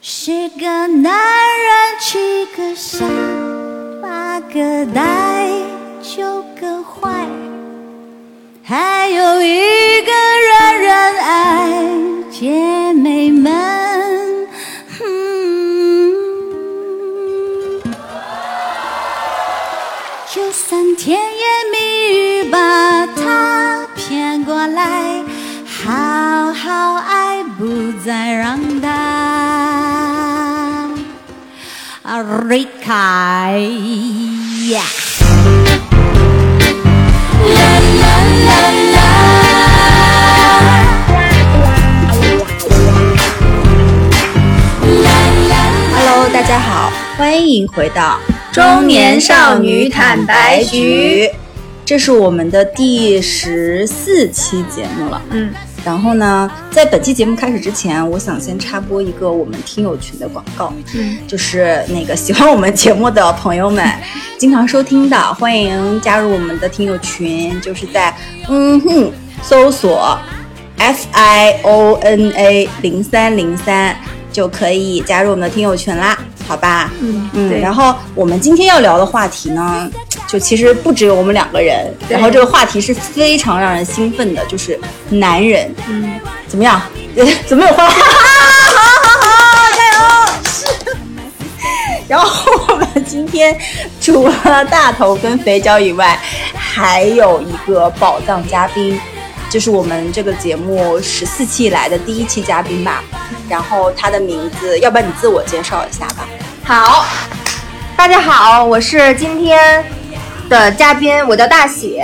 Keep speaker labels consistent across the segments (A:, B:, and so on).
A: 十个男人，七个傻，八个呆，九个坏，还有一个人人爱。姐妹们，嗯，就算甜言蜜语把他骗过来，好好爱，不再让他啊离开呀。
B: Hello，大家好，欢迎回到
C: 中年少女坦白局，
B: 这是我们的第十四期节目了。
C: 嗯，
B: 然后呢，在本期节目开始之前，我想先插播一个我们听友群的广告，
C: 嗯，
B: 就是那个喜欢我们节目的朋友们，经常收听的，欢迎加入我们的听友群，就是在嗯哼搜索 F I O N A 零三零三就可以加入我们的听友群啦，好吧？
C: 嗯
B: 嗯，
C: 对
B: 然后我们今天要聊的话题呢，就其实不只有我们两个人，
C: 对
B: 然后这个话题是非常让人兴奋的，就是男人，
C: 嗯，
B: 怎么样？ 怎么有 花？哈哈，好好好，加油！是。然后我们今天除了大头跟肥脚以外，还有一个宝藏嘉宾，就是我们这个节目十四期以来的第一期嘉宾吧。然后他的名字，要不然你自我介绍一下吧。
C: 好，大家好，我是今天的嘉宾，我叫大喜。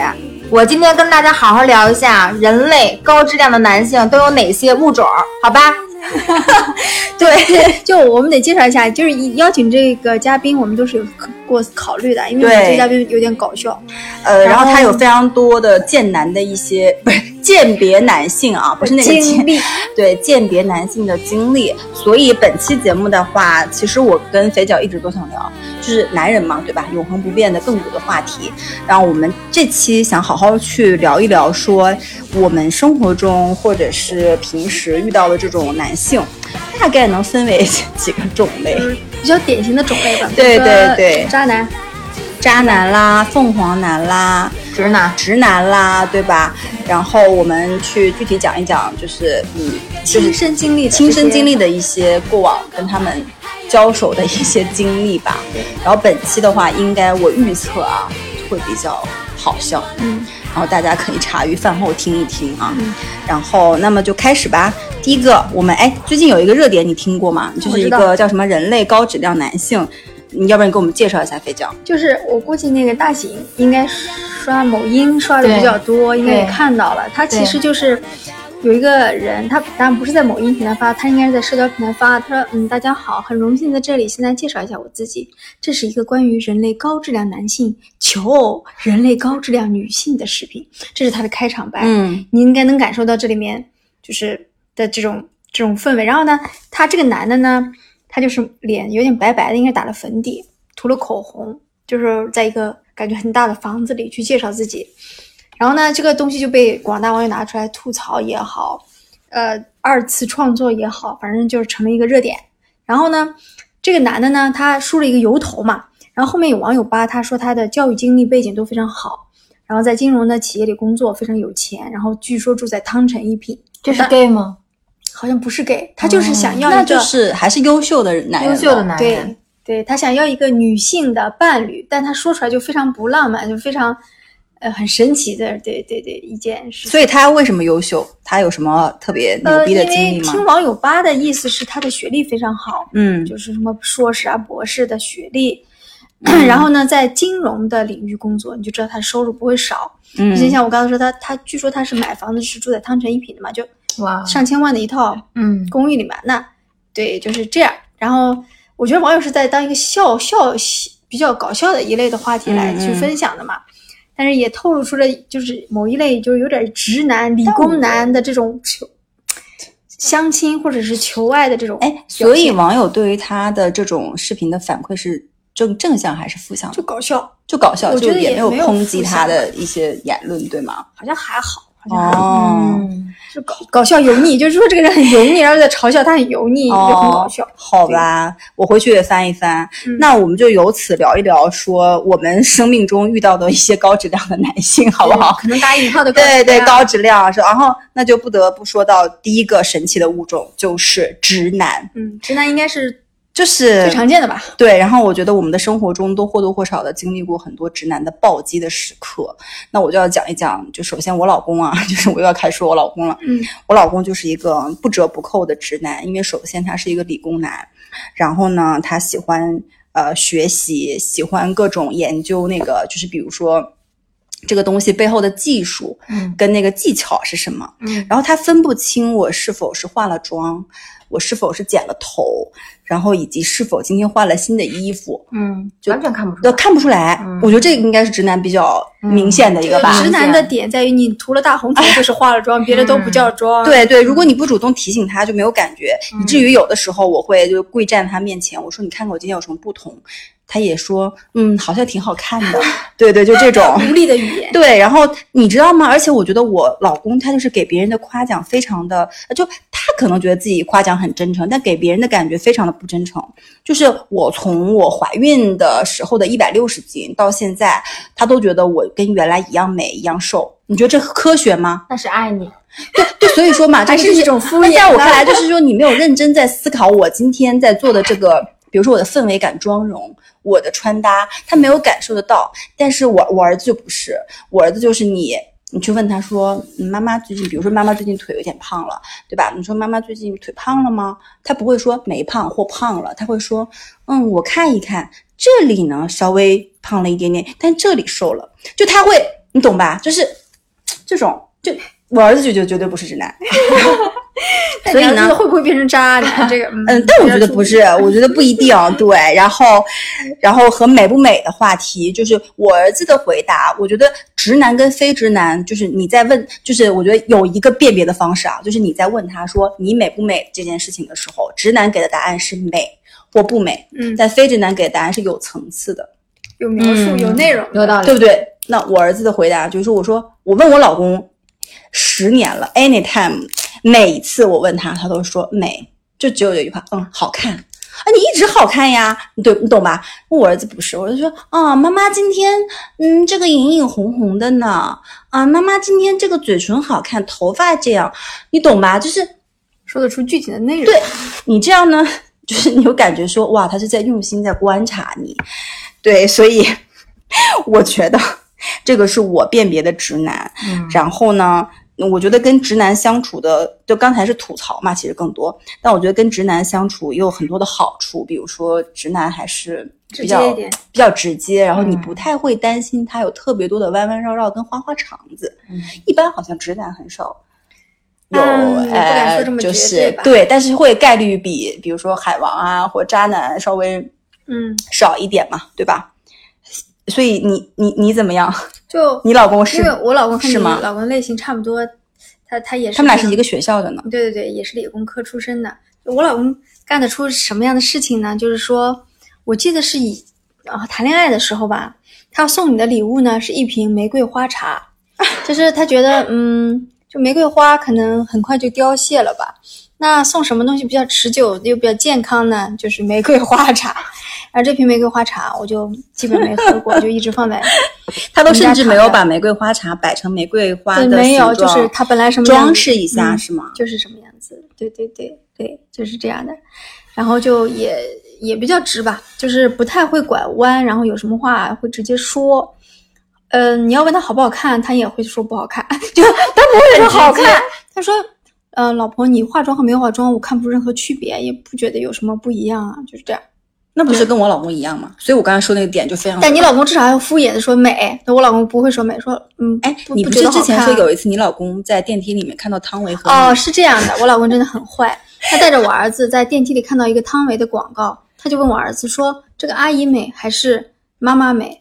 C: 我今天跟大家好好聊一下人类高质量的男性都有哪些物种，好吧？
D: 对， 就我们得介绍一下，就是邀请这个嘉宾，我们都是有过考虑的，因为我们
B: 对
D: 这嘉宾有点搞笑。
B: 呃，然
D: 然后
B: 后他有非常多的贱男的一些， 不是鉴别男性啊，不是那个
D: 经
B: 鉴
D: 历，
B: 对鉴别男性的经历。所以本期节目的话，其实我跟肥脚一直都想聊，就是男人嘛，对吧？永恒不变的亘古的话题。然后我们这期想好好去聊一聊，说我们生活中或者是平时遇到的这种男性，大概能分为几个种类？
D: 比较典型的种类吧。
B: 对
D: 比如
B: 对
D: 说
B: 对
D: 渣男，
B: 渣男啦，凤凰男啦，
C: 直男，
B: 直男啦，对吧？然后我们去具体讲一讲，就是嗯，就是
D: 亲身经历的这
B: 亲
D: 些，
B: 身经历的一些过往，跟他们交手的一些经历吧。然后本期的话，应该我预测啊，会比较好笑。
D: 嗯，
B: 然后大家可以茶余饭后听一听啊。然后，那么就开始吧。第一个，我们哎，最近有一个热点，你听过吗？就是一
D: 我知
B: 个叫什么人类高质量男性，你要不然你给我们介绍一下肥脚？
D: 就是我估计那个大喜应该刷某音刷的
C: 对
D: 比较多，应该也
C: 对
D: 看到了。他其实就是有一个人，他当然不是在某音平台发，他应该是在社交平台发。他说：“嗯，大家好，很荣幸在这里，现在介绍一下我自己。这是一个关于人类高质量男性求偶、人类高质量女性的视频。”这是他的开场白。
B: 嗯，
D: 你应该能感受到这里面就是的这种这种氛围。然后呢，他这个男的呢，他就是脸有点白白的，应该打了粉底，涂了口红，就是在一个感觉很大的房子里去介绍自己。然后呢，这个东西就被广大网友拿出来吐槽也好，呃，二次创作也好，反正就是成了一个热点。然后呢，这个男的呢，他梳了一个油头嘛，然后后面有网友扒他说他的教育经历背景都非常好，然后在金融的企业里工作，非常有钱，然后据说住在汤臣一品，哦
C: 这是 gay 吗？哦
D: 好像不是 gay，他就是想要一个、
B: 那就是还是优秀的男人
C: 优
B: 了，
C: 秀的男人
D: 对，对他想要一个女性的伴侣，但他说出来就非常不浪漫，就非常呃很神奇的，对对对一件事情。
B: 所以他为什么优秀？他有什么特别牛
D: 呃，
B: 逼
D: 因
B: 的经
D: 为
B: 历吗？
D: 听网友吧的意思是他的学历非常好，
B: 嗯
D: 就是什么硕士啊、博士的学历。
B: 嗯
D: 然后呢，在金融的领域工作，你就知道他收入不会少。
B: 嗯
D: 而且像我刚才说，他他据说他是买房子是住在汤臣一品的嘛，就
C: 哇，
D: 上千万的一套
C: 嗯，
D: 公寓里面。那对，就是这样。然后我觉得网友是在当一个笑笑比较搞笑的一类的话题来
B: 嗯嗯
D: 去分享的嘛，但是也透露出了就是某一类就是有点直男、理工男的这种求相亲或者是求爱的这种，
B: 哎，所以网友对于他的这种视频的反馈是正正向还是负向的？
D: 就搞笑，
B: 就搞笑，
D: 我
B: 就
D: 觉得
B: 也
D: 也
B: 没有
D: 没有
B: 抨击
D: 负向
B: 他的一些言论，对吗？
D: 好像还好，好像是
B: 哦
C: 嗯，
D: 就搞搞笑油腻，就是说这个人很油腻，然后就在嘲笑他很油腻，
B: 哦
D: 就很搞笑。
B: 好吧，我回去也翻一翻。
D: 嗯
B: 那我们就由此聊一聊，说我们生命中遇到的一些高质量的男性，好不好？
C: 可能打引号的
D: 啊
B: 对对，
C: 高
B: 高质量是。然后那就不得不说到第一个神奇的物种，就是直男，
D: 嗯，直男应该是
B: 就是
D: 最常见的吧？
B: 对，然后我觉得我们的生活中都或多或少的经历过很多直男的暴击的时刻。那我就要讲一讲，就首先我老公啊， 就是我又要开始说我老公了。
D: 嗯，
B: 我老公就是一个不折不扣的直男，因为首先他是一个理工男，然后呢，他喜欢呃学习，喜欢各种研究那个，就是比如说。这个东西背后的技术
C: 嗯
B: 跟那个技巧是什么？
C: 嗯
B: 然后他分不清我是否是化了妆，我是否是剪了头，然后以及是否今天换了新的衣服，
C: 嗯，
B: 就
C: 完全看不出
B: 都
C: 来。
B: 看不出来。
C: 嗯
B: 我觉得这个应该是直男比较明显的一个吧。
D: 直男的点在于你涂了大红头就是化了 妆，别的
C: 嗯
D: 都不叫妆。，
B: 对对，如果你不主动提醒他，就没有感觉，以至
C: 嗯
B: 于有的时候我会就跪站他面前，我说你看看我今天有什么不同，他也说嗯好像挺好看 的，对对，就这种。
D: 无力的语言。
B: 对，然后你知道吗？而且我觉得我老公他就是给别人的夸奖非常的，就他可能觉得自己夸奖很真诚，但给别人的感觉非常的不真诚。就是我从我怀孕的时候的一百六十斤到现在，他都觉得我跟原来一样美一样瘦。你觉得这科学 吗？
C: 那是爱你，
B: 对，所以说嘛，这
D: 还
B: 个
D: 是
B: 就
D: 一种敷
B: 那
D: 衍
B: 在我
D: 吧
B: 看来，就是说你没有认真在思考我今天在做的这个，比如说我的氛围感、妆容、我的穿搭，他没有感受得到。但是我我儿子就不是，我儿子就是你，你去问他说，嗯妈妈最近，比如说妈妈最近腿有点胖了，对吧？你说妈妈最近腿胖了吗？他不会说没胖或胖了，他会说，嗯，我看一看，这里呢稍微胖了一点点，但这里瘦了，就他会，你懂吧？就是这种，就我儿子就就绝对不是直男。所以呢，
D: 会不会变成渣男？这个，
B: 嗯，但我觉得不是，我觉得不一定。对，然后，然后和美不美的话题，就是我儿子的回答，我觉得直男跟非直男，就是你在问，就是我觉得有一个辨别的方式啊，就是你在问他说你美不美这件事情的时候，直男给的答案是美或不美，
D: 嗯，
B: 但非直男给的答案是有层次的。
D: 有描述，
C: 嗯
D: 有内容，
C: 有道理。
B: 对不对？那我儿子的回答就是，我说我问我老公十年了，anytime 每一次我问他，他都说美，就只有这句话，嗯，好看。啊，你一直好看呀，你对你懂吧？我儿子不是，我就说啊，妈妈今天嗯这个隐隐红红的呢，啊，妈妈今天这个嘴唇好看，头发这样，你懂吧？就是
D: 说得出具体的内容。
B: 对你这样呢， 就是你有感觉说，哇，他是在用心在观察你，对，所以 我觉得这个是我辨别的直男。
C: 嗯
B: 然后呢，我觉得跟直男相处的，就刚才是吐槽嘛，其实更多，但我觉得跟直男相处也有很多的好处，比如说直男还是比较
D: 直接一点
B: 比较直接，然后你
C: 嗯
B: 不太会担心他有特别多的弯弯绕绕跟花花肠子，
C: 嗯
B: 一般好像直男很少。有，
D: 嗯也不敢
B: 呃
D: 说这么
B: 就
D: 绝
B: 是
D: 对吧
B: 对，但是会概率比，比如说海王啊或渣男稍微
D: 嗯，
B: 少一点嘛，对吧？所以你你你怎么样？
D: 就
B: 你老公是
D: 因为我老公和你
B: 是吗
D: 老公类型差不多，他他也是
B: 他们俩
D: 这
B: 是
D: 种
B: 一个学校的呢？
D: 对对对，也是理工科出身的。我老公干得出什么样的事情呢？就是说，我记得是以啊谈恋爱的时候吧，他送你的礼物呢是一瓶玫瑰花茶，就是他觉得嗯，就玫瑰花可能很快就凋谢了吧。那送什么东西比较持久又比较健康呢？就是玫瑰花茶。而这瓶玫瑰花茶我就基本没喝过，就一直放在
B: 他都甚至没有
D: 我们家
B: 把玫瑰花茶摆成玫瑰花
D: 对
B: 的
D: 没有，
B: 形
D: 就
B: 状
D: 是它本来什么样
B: 装
D: 子
B: 饰一下、
D: 嗯
B: 是吗？
D: 就是什么样子，对对对对，就是这样的。然后就也也比较直吧，就是不太会拐弯，然后有什么话会直接说。呃，你要问他好不好看，他也会说不好看， 就他不会说好看，他说，呃，老婆，你化妆和没化妆，我看不出任何区别，也不觉得有什么不一样啊，就是这样。
B: 那不是跟我老公一样吗？所以我刚才说那个点就非常。
D: 但你老公至少还要敷衍的说美，那我老公不会说美，说嗯，
B: 哎，
D: 不
B: 你
D: 不
B: 不
D: 觉
B: 是
D: 得
B: 之
D: 好
B: 前
D: 看
B: 说有一次你老公在电梯里面看到汤唯和
D: 哦，
B: 你
D: 是这样的，我老公真的很坏， 他带着我儿子在电梯里看到一个汤唯的广告，他就问我儿子说：“这个阿姨美还是妈妈美？”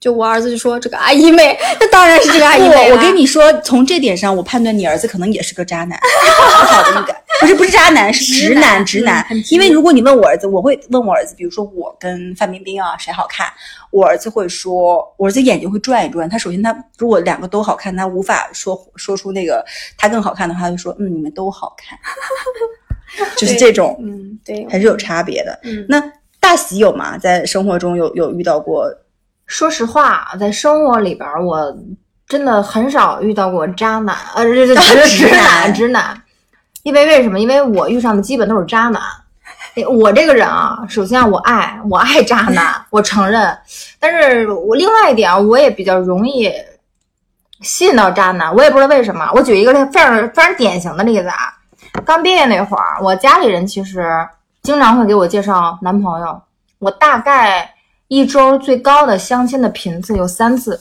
D: 就我儿子就说：“这个阿姨美， 那当然是这个阿姨美
B: 不，
D: 啦。”
B: 我跟你说，从这点上，我判断你儿子可能也是个渣男，不好的预感。不是不是渣男，是直男直
D: 直男
B: 男
D: 嗯很。直
B: 因为如果你问我儿子，我会问我儿子，比如说我跟范冰冰啊，谁好看？我儿子会说，我儿子眼睛会转一转。他首先他如果两个都好看，他无法说说出那个他更好看的话，他就说嗯你们都好 看，就是这种
D: 嗯，对，
B: 还是有差别的。
D: 嗯，
B: 那大喜有吗？在生活中有有遇到过？
C: 说实话，在生活里边儿，我真的很少遇到过渣男，呃，这这
B: 直
C: 直
B: 男
C: 男直男。因为为什么？因为我遇上的基本都是渣男。诶我这个人啊，首先我爱我爱渣男，我承认。但是我另外一点啊，我也比较容易吸引到渣男，我也不知道为什么。我举一个非常非常典型的例子啊，刚毕业那会儿，我家里人其实经常会给我介绍男朋友，我大概一周最高的相亲的频次有三次，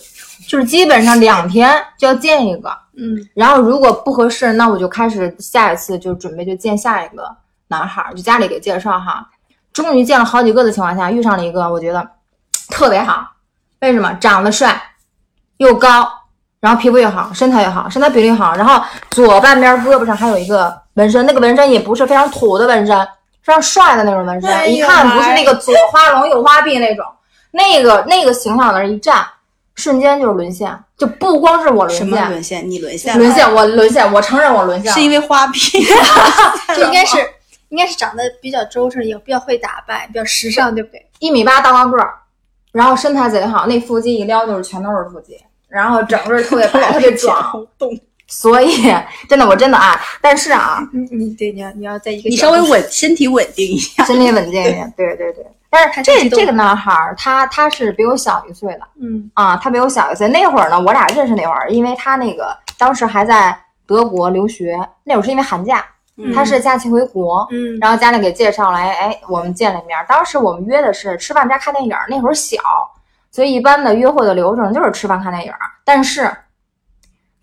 C: 就是基本上两天就要见一个。
D: 嗯，
C: 然后如果不合适，那我就开始下一次就准备就见下一个男孩儿，就家里给介绍哈。终于见了好几个的情况下，遇上了一个，我觉得特别好。为什么？长得帅，又高，然后皮肤又好，身材又好，身材比例好，然后左半边胳膊上还有一个纹身，那个纹身也不是非常土的纹身，非常帅的那种纹身，
B: 哎呦
C: 一看不是那个左花龙右花臂那种，那个那个形象往那儿一站，瞬间就是沦陷，就不光是我沦
B: 什
C: 陷，
B: 么沦陷？你沦陷了？
C: 沦陷，我沦陷，我承认我沦陷了，
B: 是因为花 臂？
D: 这应该是应该是长得比较周正，也比较会打扮，比较时尚，对不对？
C: 一米八大高个儿，然后身材贼好，那腹肌一撩就是全都是腹肌，然后整个儿特别白，特别 壮，
B: 好动。
C: 所以真的我真的爱，但是啊，
D: 你你嗯对你要你要在一个
B: 你
D: 角
B: 稍
D: 度
B: 微稳，身体稳定一下。
C: 身体稳健一点，对对对。但是这这个男孩儿，他他是比我小一岁的
D: 嗯
C: 啊，他比我小一岁。那会儿呢，我俩认识那会儿，因为他那个当时还在德国留学，那会儿是因为寒假，
B: 嗯
C: 他是假期回国，
D: 嗯
C: 然后家里给介绍了，哎哎，我们见了面儿。当时我们约的是吃饭加看电影儿，那会儿小，所以一般的约会的流程就是吃饭看电影儿。但是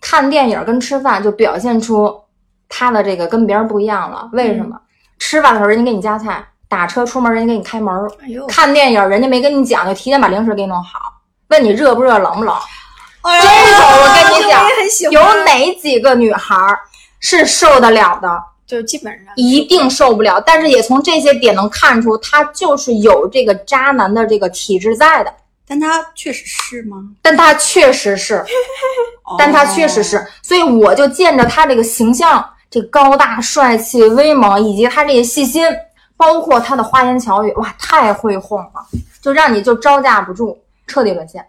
C: 看电影儿跟吃饭就表现出他的这个跟别人不一样了。为什么？
D: 嗯
C: 吃饭的时候人家给你夹菜，打车出门人家给你开门儿，
D: 哎呦，
C: 看电影儿人家没跟你讲，就提前把零食给你弄好，问你热不热、冷不冷。
B: 哎
C: 这
B: 呀
C: 种我跟你讲
D: 我也很喜欢，
C: 有
B: 哦
C: 哪几个女孩儿是受得了的？
D: 就基本上
C: 一定受不了。但是也从这些点能看出，他就是有这个渣男的这个体质在的。
B: 但他确实是吗？哦
C: 但他确实是，但他确实是，所以我就见着他这个形象，这高大帅气、威猛，以及他这些细心，包括他的花言巧语，哇，太会哄了，就让你就招架不住，彻底沦陷，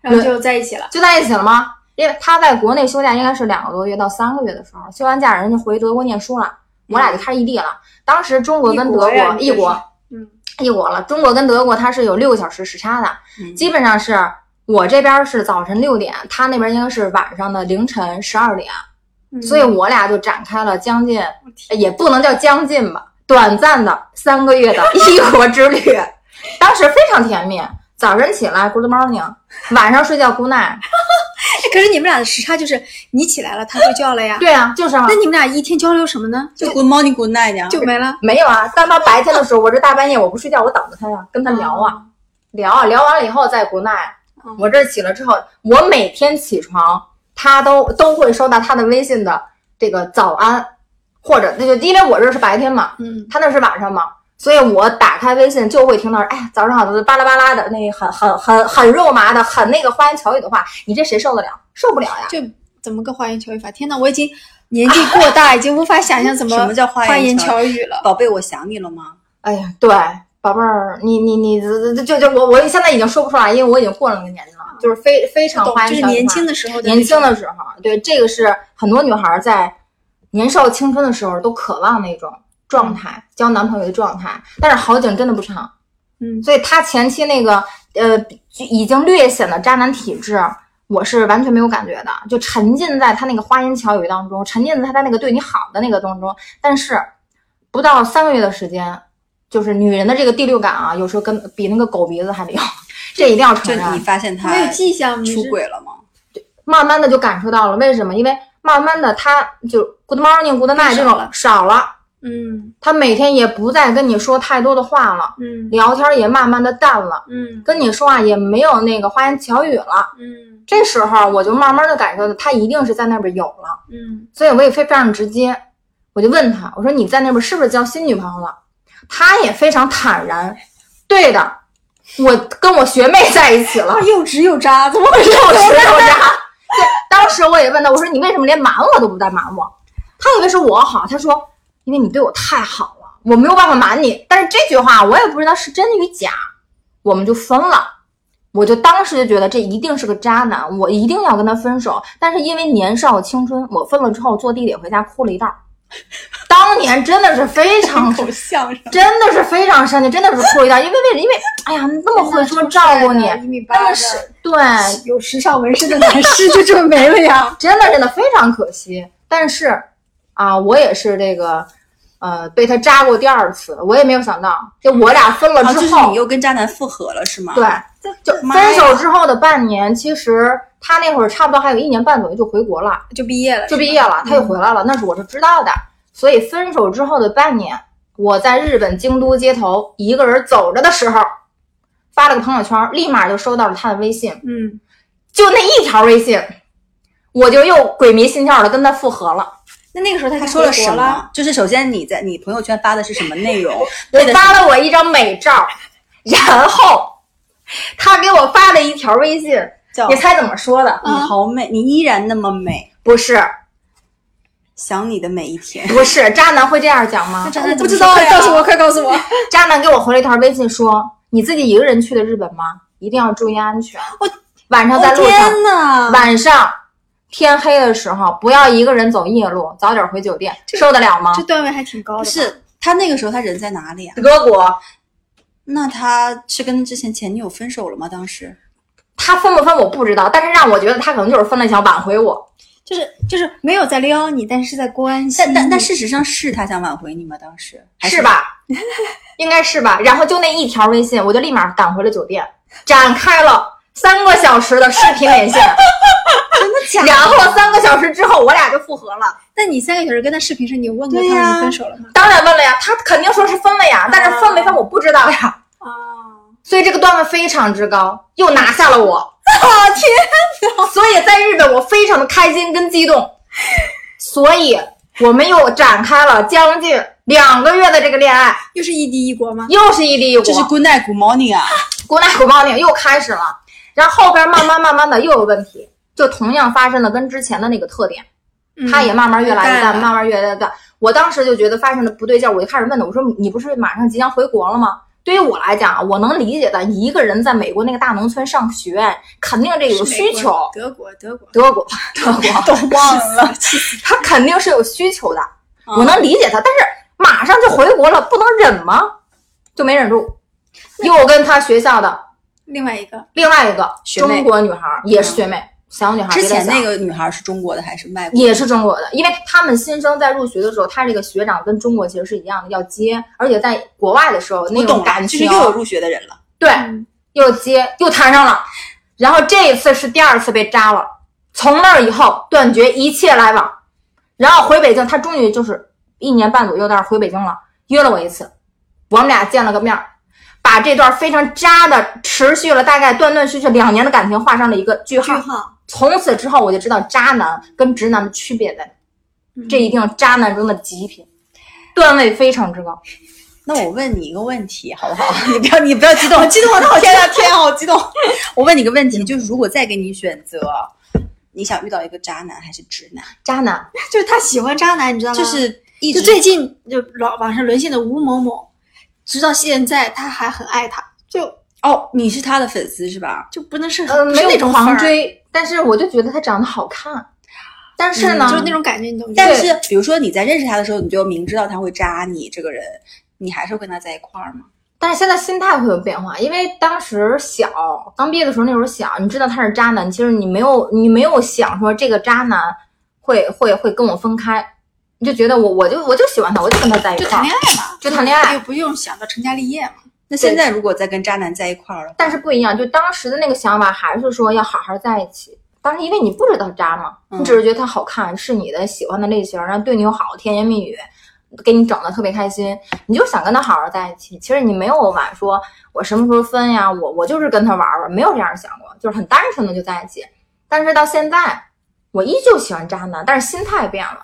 D: 然后就在一起了。
C: 就在一起了吗？因为他在国内休假应该是两个多月到三个月的时候，休完假人家回德国念书了，我俩就开始异地了。当时中国跟
D: 异
C: 德
D: 国
C: 国
D: 呀你
C: 异
D: 这
C: 国
D: 是，嗯，
C: 异国了。中国跟德国它是有六个小时时差的，
B: 嗯
C: 基本上是我这边是早晨六点，他那边应该是晚上的凌晨十二点，
D: 嗯
C: 所以我俩就展开了将近
D: 我天
C: 也不能叫将近吧，短暂的三个月 的异国之旅，当时非常甜蜜。早晨起来 good morning，晚上睡觉 good night。
D: 哎可是你们俩的时差就是你起来了，他睡觉了呀。
C: 对啊，就是啊
D: 那，你们俩一天交流什么呢？
B: 就 Good morning, Good night 呀。
D: 就没了。
C: 没有啊。当他白天的时候，我这大半夜我不睡觉，我等着他呀，跟他聊啊。聊啊聊完了以后再 good night
D: 嗯。
C: 我这儿起了之后，我每天起床，他都都会收到他的微信的这个早安，或者那就因为我这是白天嘛，
D: 嗯，
C: 他那是晚上嘛，所以我打开微信就会听到，哎，早上好的巴拉巴拉的那很很很很肉麻的，很那个花言巧语的话，你这谁受得了？受不了呀！
D: 就怎么个花言巧语法？天呐，我已经年纪过大，已经无法想象怎
B: 什么叫花
D: 花
B: 言
D: 言
B: 巧
D: 巧语了。
B: 宝贝，我想你了吗？
C: 哎呀，对，宝贝儿，你你你就就我我现在已经说不出来，因为我已经过了那个年纪了，就是非非常
D: 嗯懂
C: 花，
D: 就
C: 言
D: 是
C: 巧语
D: 年
C: 化
D: 轻的时候的
C: 年轻的时候，对这个是很多女孩在年少青春的时候都渴望的一种状态，交男朋友的状态。但是好景真的不长，
D: 嗯
C: 所以她前期那个呃就已经略显的渣男体质，我是完全没有感觉的，就沉浸在他那个花言巧语当中，沉浸在他那个对你好的那个当中。但是不到三个月的时间，就是女人的这个第六感啊，有时候跟比那个狗鼻子还灵， 这一定要
B: 就
C: 承认。
B: 你发现他
D: 没有迹象，你是
B: 出轨了吗？
C: 慢慢的就感受到了，为什么？因为慢慢的他就 good morning good night 这
D: 少
C: 种
D: 了
C: 少了，
D: 嗯
C: 他每天也不再跟你说太多的话了，
D: 嗯
C: 聊天也慢慢的淡了，
D: 嗯
C: 跟你说啊也没有那个花言巧语了。
D: 嗯
C: 这时候我就慢慢的感受到他一定是在那边有了，
D: 嗯
C: 所以我也非非常直接，我就问他，我说你在那边是不是交新女朋友了？他也非常坦然，对的，我跟我学妹在一起了
B: 啊，。又直又渣，怎么回事？
C: 我 是我家。对，当时我也问他，我说你为什么连瞒我都不带瞒我？他以为是我好，他说因为你对我太好了，我没有办法瞒你。但是这句话我也不知道是真与假，我们就分了。我就当时就觉得这一定是个渣男，我一定要跟他分手。但是因为年少青春，我分了之后坐地铁回家哭了一道儿。当年真的是非常
B: 口相声，
C: 真的是非常生气，真的是哭一道，因为为什么？因为哎呀，那么会说照顾你，
D: 一米八
C: 那么
D: 的
C: 是对，
B: 哎有时尚纹身的男士就这么没了
A: 啊
B: 呀？
C: 真的真的非常可惜。但是啊，我也是这个呃被他扎过第二次，我也没有想到，就我俩分了
B: 啊，就
C: 之
B: 是
C: 后，
B: 你又跟渣男复合了是吗？
C: 对，就
B: 妈呀
C: 分手之后的半年，其实他那会儿差不多还有一年半左右就回国了。
D: 就毕业了，
C: 就毕业了，他又回来了，那是我是知道的。所以分手之后的半年，我在日本京都街头一个人走着的时候，发了个朋友圈，立马就收到了他的微信，
D: 嗯，
C: 就那一条微信，我就又鬼迷心窍的跟他复合了。
D: 那那个时候他
B: 他
D: 已经
B: 说了
D: 回
B: 什
D: 国了？
B: 么？就是首先你在你朋友圈发的是什么内容？
C: 我
B: 为了
C: 发了我一张美照， 然后他给我发了一条微信，
B: 叫
C: 你猜怎么说的？
B: 你好美，你依然那么美，
C: 不是，
B: 想你的每一天。
C: 不是，渣男会这样讲吗
D: 那？渣男
B: 我不知道呀
D: 告诉我，快告诉我！
C: 渣男给我回了一条微信说：“你自己一个人去的日本吗？一定要注意安全。
B: 我
C: 晚上
B: 我
C: 在路上，
B: 天哪！
D: 啊
C: 晚上天黑的时候不要一个人走夜路，早点回酒店，受得了吗
D: 这段位还挺高的
B: 不
D: 吧，
B: 是他那个时候他人在哪里啊？”
C: 德国，
B: 那他是跟之前前女友分手了吗？当时
C: 他分不分我不知道，但是让我觉得他可能就是分了想挽回我。
D: 就是就是没有在撩你，但是在关心
B: 但
D: 你。
B: 但但事实上是他想挽回你吗？当时还
C: 是？吧？ 应该是吧。然后就那一条微信，我就立马赶回了酒店，展开了三个小时的视频 连线，
B: 假的
C: 然后三个小时之后，我俩就复合了。
D: 那你三个小时跟他视频时，你有问过
B: 对
D: 他
B: 呀
D: 们分手了吗？
C: 当然问了呀，他肯定说是分了呀，但是分没分我不知道呀。
D: 啊，
C: 所以这个段位非常之高，又拿下了
B: 哦
C: 我。天哪！所以在日本，我非常的开心跟激动，所以我们又展开了将近两个月的这个恋爱，
D: 又是异地异国吗？
C: 又是异地异
B: 这是
C: 国，
B: Good night, Good morning 啊！
C: 国内古报应又开始了。然后后边慢慢慢慢的又有问题，就同样发生了跟之前的那个特点。
D: 嗯
C: 他也慢慢越来越
D: 明白
C: 淡，
D: 了
C: 慢慢越来越淡。我当时就觉得发生的不对劲儿，我就开始问他，我说你不是马上即将回国了吗？对于我来讲啊，我能理解的，一个人在美国那个大农村上学，肯定这有
D: 是
C: 需
D: 美国
C: 求。
D: 德国，德国，
C: 德国， 德国，
B: 都忘了，
C: 他肯定是有需求的，
B: 嗯
C: 我能理解他，但是马上就回国了，不能忍吗？就没忍住，又跟他学校的
D: 另外一个
C: 另外一个
B: 学妹
C: 中国女孩儿，也是学妹，小女孩儿
B: 嗯
C: 比
B: 之
C: 她
B: 前
C: 小
B: 那个女孩是中国的还是外国的？
C: 啊也是中国的，因为他们新生在入学的时候，他这个学长跟中国其实是一样的，要接，而且在国外的时候那
B: 我
C: 种
B: 懂了，
C: 感
B: 就是
C: 情，
B: 又有哦入学的人了。
C: 对，
D: 嗯
C: 又接又谈上了，然后这一次是第二次被扎了，从那儿以后断绝一切来往，然后回北京，他终于就是一年半左右在那儿回北京了，约了我一次，我们俩见了个面儿，把这段非常渣的持续了大概断断续续两年的感情画上了一个句号。
B: 号，
C: 从此之后，我就知道渣男跟直男的区别在哪。
D: 嗯
C: 这一定是渣男中的极品，段位非常之高。
B: 那我问你一个问题，好 不好？你不要，你不要激动，激动的好，天啊，天啊，好激动！ 我问你个问题，就是如果再给你选择，你想遇到一个渣男还是直男？
C: 渣男，
D: 就是他喜欢渣男，你知道吗？
B: 就是一
D: 就
B: 直
D: 最近就老网上沦陷的吴某某，直到现在他还很爱他，就
B: 哦，你是他的粉丝是吧？
D: 就不能是很、
C: 呃，
D: 不
C: 没
D: 是那
C: 有
D: 种
C: 狂
D: 范儿，
C: 追，但是我就觉得他长得好看。但是呢，
D: 嗯就是那种感觉，你懂吗？
B: 但
C: 对
B: 是比如说你在认识他的时候，你就明知道他会渣你这个人，你还是会跟他在一块儿吗？
C: 但是现在心态会有变化，因为当时小，刚毕业的时候那时候小，你知道他是渣男，其实你没有你没有想说这个渣男会会会跟我分开，你就觉得我我就我就喜欢他，我就跟他在一
D: 就
C: 块
D: 谈
C: 儿
D: 恋。
B: 啊
D: 爱嘛，
C: 就谈恋爱
D: 又不用想到成家立业嘛。
B: 那现在如果再跟渣男在一块儿了，
C: 但是不一样，就当时的那个想法还是说要好好在一起。当时因为你不知道渣嘛，
B: 嗯
C: 你只是觉得他好看，是你的喜欢的类型，然后对你又好，甜言蜜语，给你整的特别开心，你就想跟他好好在一起。其实你没有晚说我什么时候分呀，我我就是跟他玩玩，没有这样想过，就是很单纯的就在一起。但是到现在，我依旧喜欢渣男，但是心态变了。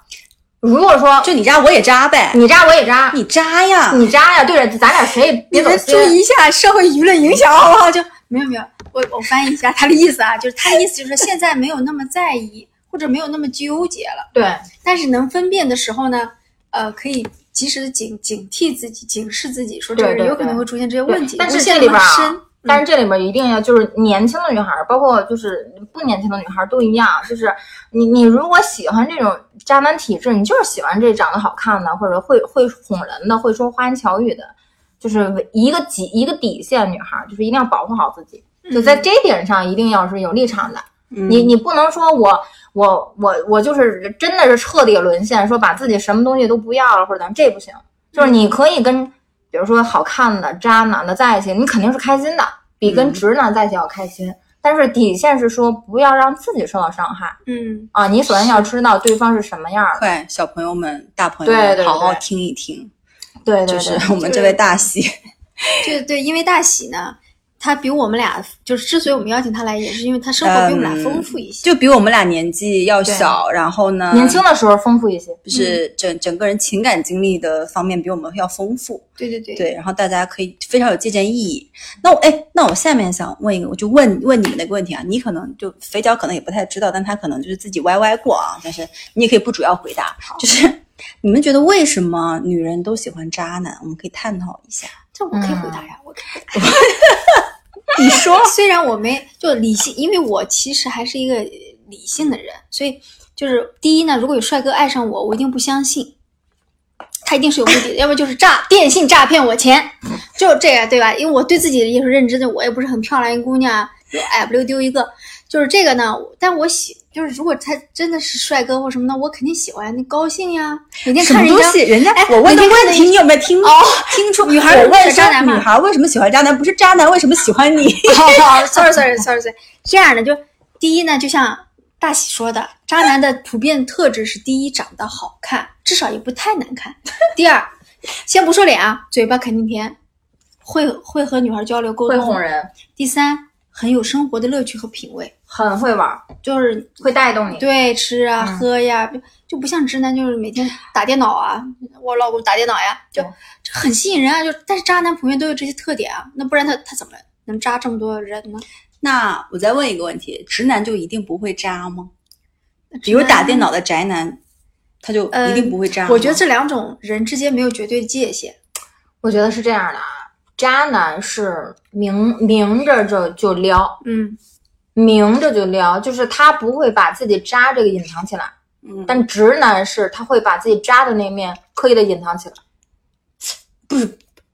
C: 如果说
B: 就你扎我也扎呗，
C: 你扎我也扎，
B: 你扎呀，
C: 你扎呀，对着咱俩谁也
D: 你
C: 别走
D: 们
C: 心
D: 注。意一下社会舆论影 响，好不好？就没有没有，我我翻译一下他的意思啊，就是他的意思就是现在没有那么在意，或者没有那么纠结了，
C: 对，
D: 但是能分辨的时候呢，呃，可以及时的警警惕自己，警示自己，说这个
C: 对对
D: 人有
C: 对
D: 可能会出现这些问题，
C: 但
D: 无
C: 是
D: 限
C: 这里
D: 往
C: 边儿
D: 深
C: 啊，但是这里边儿一定要就是年轻的女孩儿，包括就是不年轻的女孩儿都一样，就是你你如果喜欢这种渣男体质，你就是喜欢这长得好看的，或者会会哄人的，会说花言巧语的，就是一个底一个底线，女孩儿就是一定要保护好自己，就在这一点上一定要是有立场的。嗯
B: 嗯
C: 你你不能说我我我我就是真的是彻底沦陷，说把自己什么东西都不要了，或者咱这不行。就是你可以跟，比如说好看的、渣男的在一起，你肯定是开心的，比跟直男在一起要开心。但是底线是说不要让自己受到伤害
D: 嗯，
C: 啊！你首先要知道对方是什么样儿的。
B: 快，小朋友们、大朋友
C: 对对
B: 们，
C: 对
B: 好好听一听，
C: 对对
B: 就
C: 对，
B: 是我们这位大喜，
D: 对对，因为大喜呢，他比我们俩就是之所以我们邀请他来，也是因为他生活比我们
C: 嗯
D: 俩丰富一些。
B: 就比我们俩年纪要小，然后呢，
C: 年轻的嗯时候丰富一些。
B: 就是整整个人情感经历的方面比我们要丰富，
D: 对对对，
B: 对，然后大家可以非常有借鉴意义。那我哎，那我下面想问一个，我就问问你们的一个问题啊，你可能就肥脚可能也不太知道，但他可能就是自己歪歪过啊，但是你也可以不主要回答，就是你们觉得为什么女人都喜欢渣男？我们可以探讨一下。
D: 这我可以回答呀，我可以回答。
B: 你说，
D: 虽然我没就理性，因为我其实还是一个呃理性的人，所以就是第一呢，如果有帅哥爱上我，我一定不相信，他一定是有目的的，要么就是诈电信诈骗我钱，就这样对吧？因为我对自己也是认知的，我也不是很漂亮一姑娘，就矮不溜丢一个，就是这个呢。但我喜就是如果他真的是帅哥或什么的，我肯定喜欢，那高兴呀，每天
B: 什
D: 看
B: 么
D: 人
B: 东
D: 家
B: 西？人家
D: 哎
B: 我问的
D: 每天看
B: 问题，你有没有听
D: 哦
B: 听出？
D: 女孩
B: 我
D: 儿
B: 问
D: 喜欢渣男
B: 女
D: 嘛
B: 孩为什么喜欢渣男？不是渣男为什么喜欢你？
D: 好，sorry sorry sorry sorry，这样的就第一呢，就像大喜说的，渣男的普遍特质是：第一，长得好看，至少也不太难 看；第二，先不说脸啊，嘴巴肯定甜，会会和女孩交流沟
C: 会
D: 通；
C: 哄人，
D: 第三，很有生活的乐趣和品味，
C: 很会玩儿，
D: 就是
C: 会带动你。
D: 对吃啊、
C: 嗯
D: 喝呀，就就不像直男，就是每天打电脑啊，我老公打电脑呀，就
C: 对
D: 这很吸引人啊。就但是渣男普遍都有这些特点啊，那不然他他怎么能渣这么多人呢？
B: 那我再问一个问题：直男就一定不会渣吗？比如打电脑的宅男，他就
C: 呃
B: 一定不会渣吗、
D: 我觉得这两种人之间没有绝对界限，
C: 我觉得是这样的啊，渣男是明明着就就撩，
D: 嗯，
C: 明着就撩，就是他不会把自己渣这个隐藏起来，
B: 嗯，但
C: 但直男是他会把自己渣的那面刻意的隐藏起来。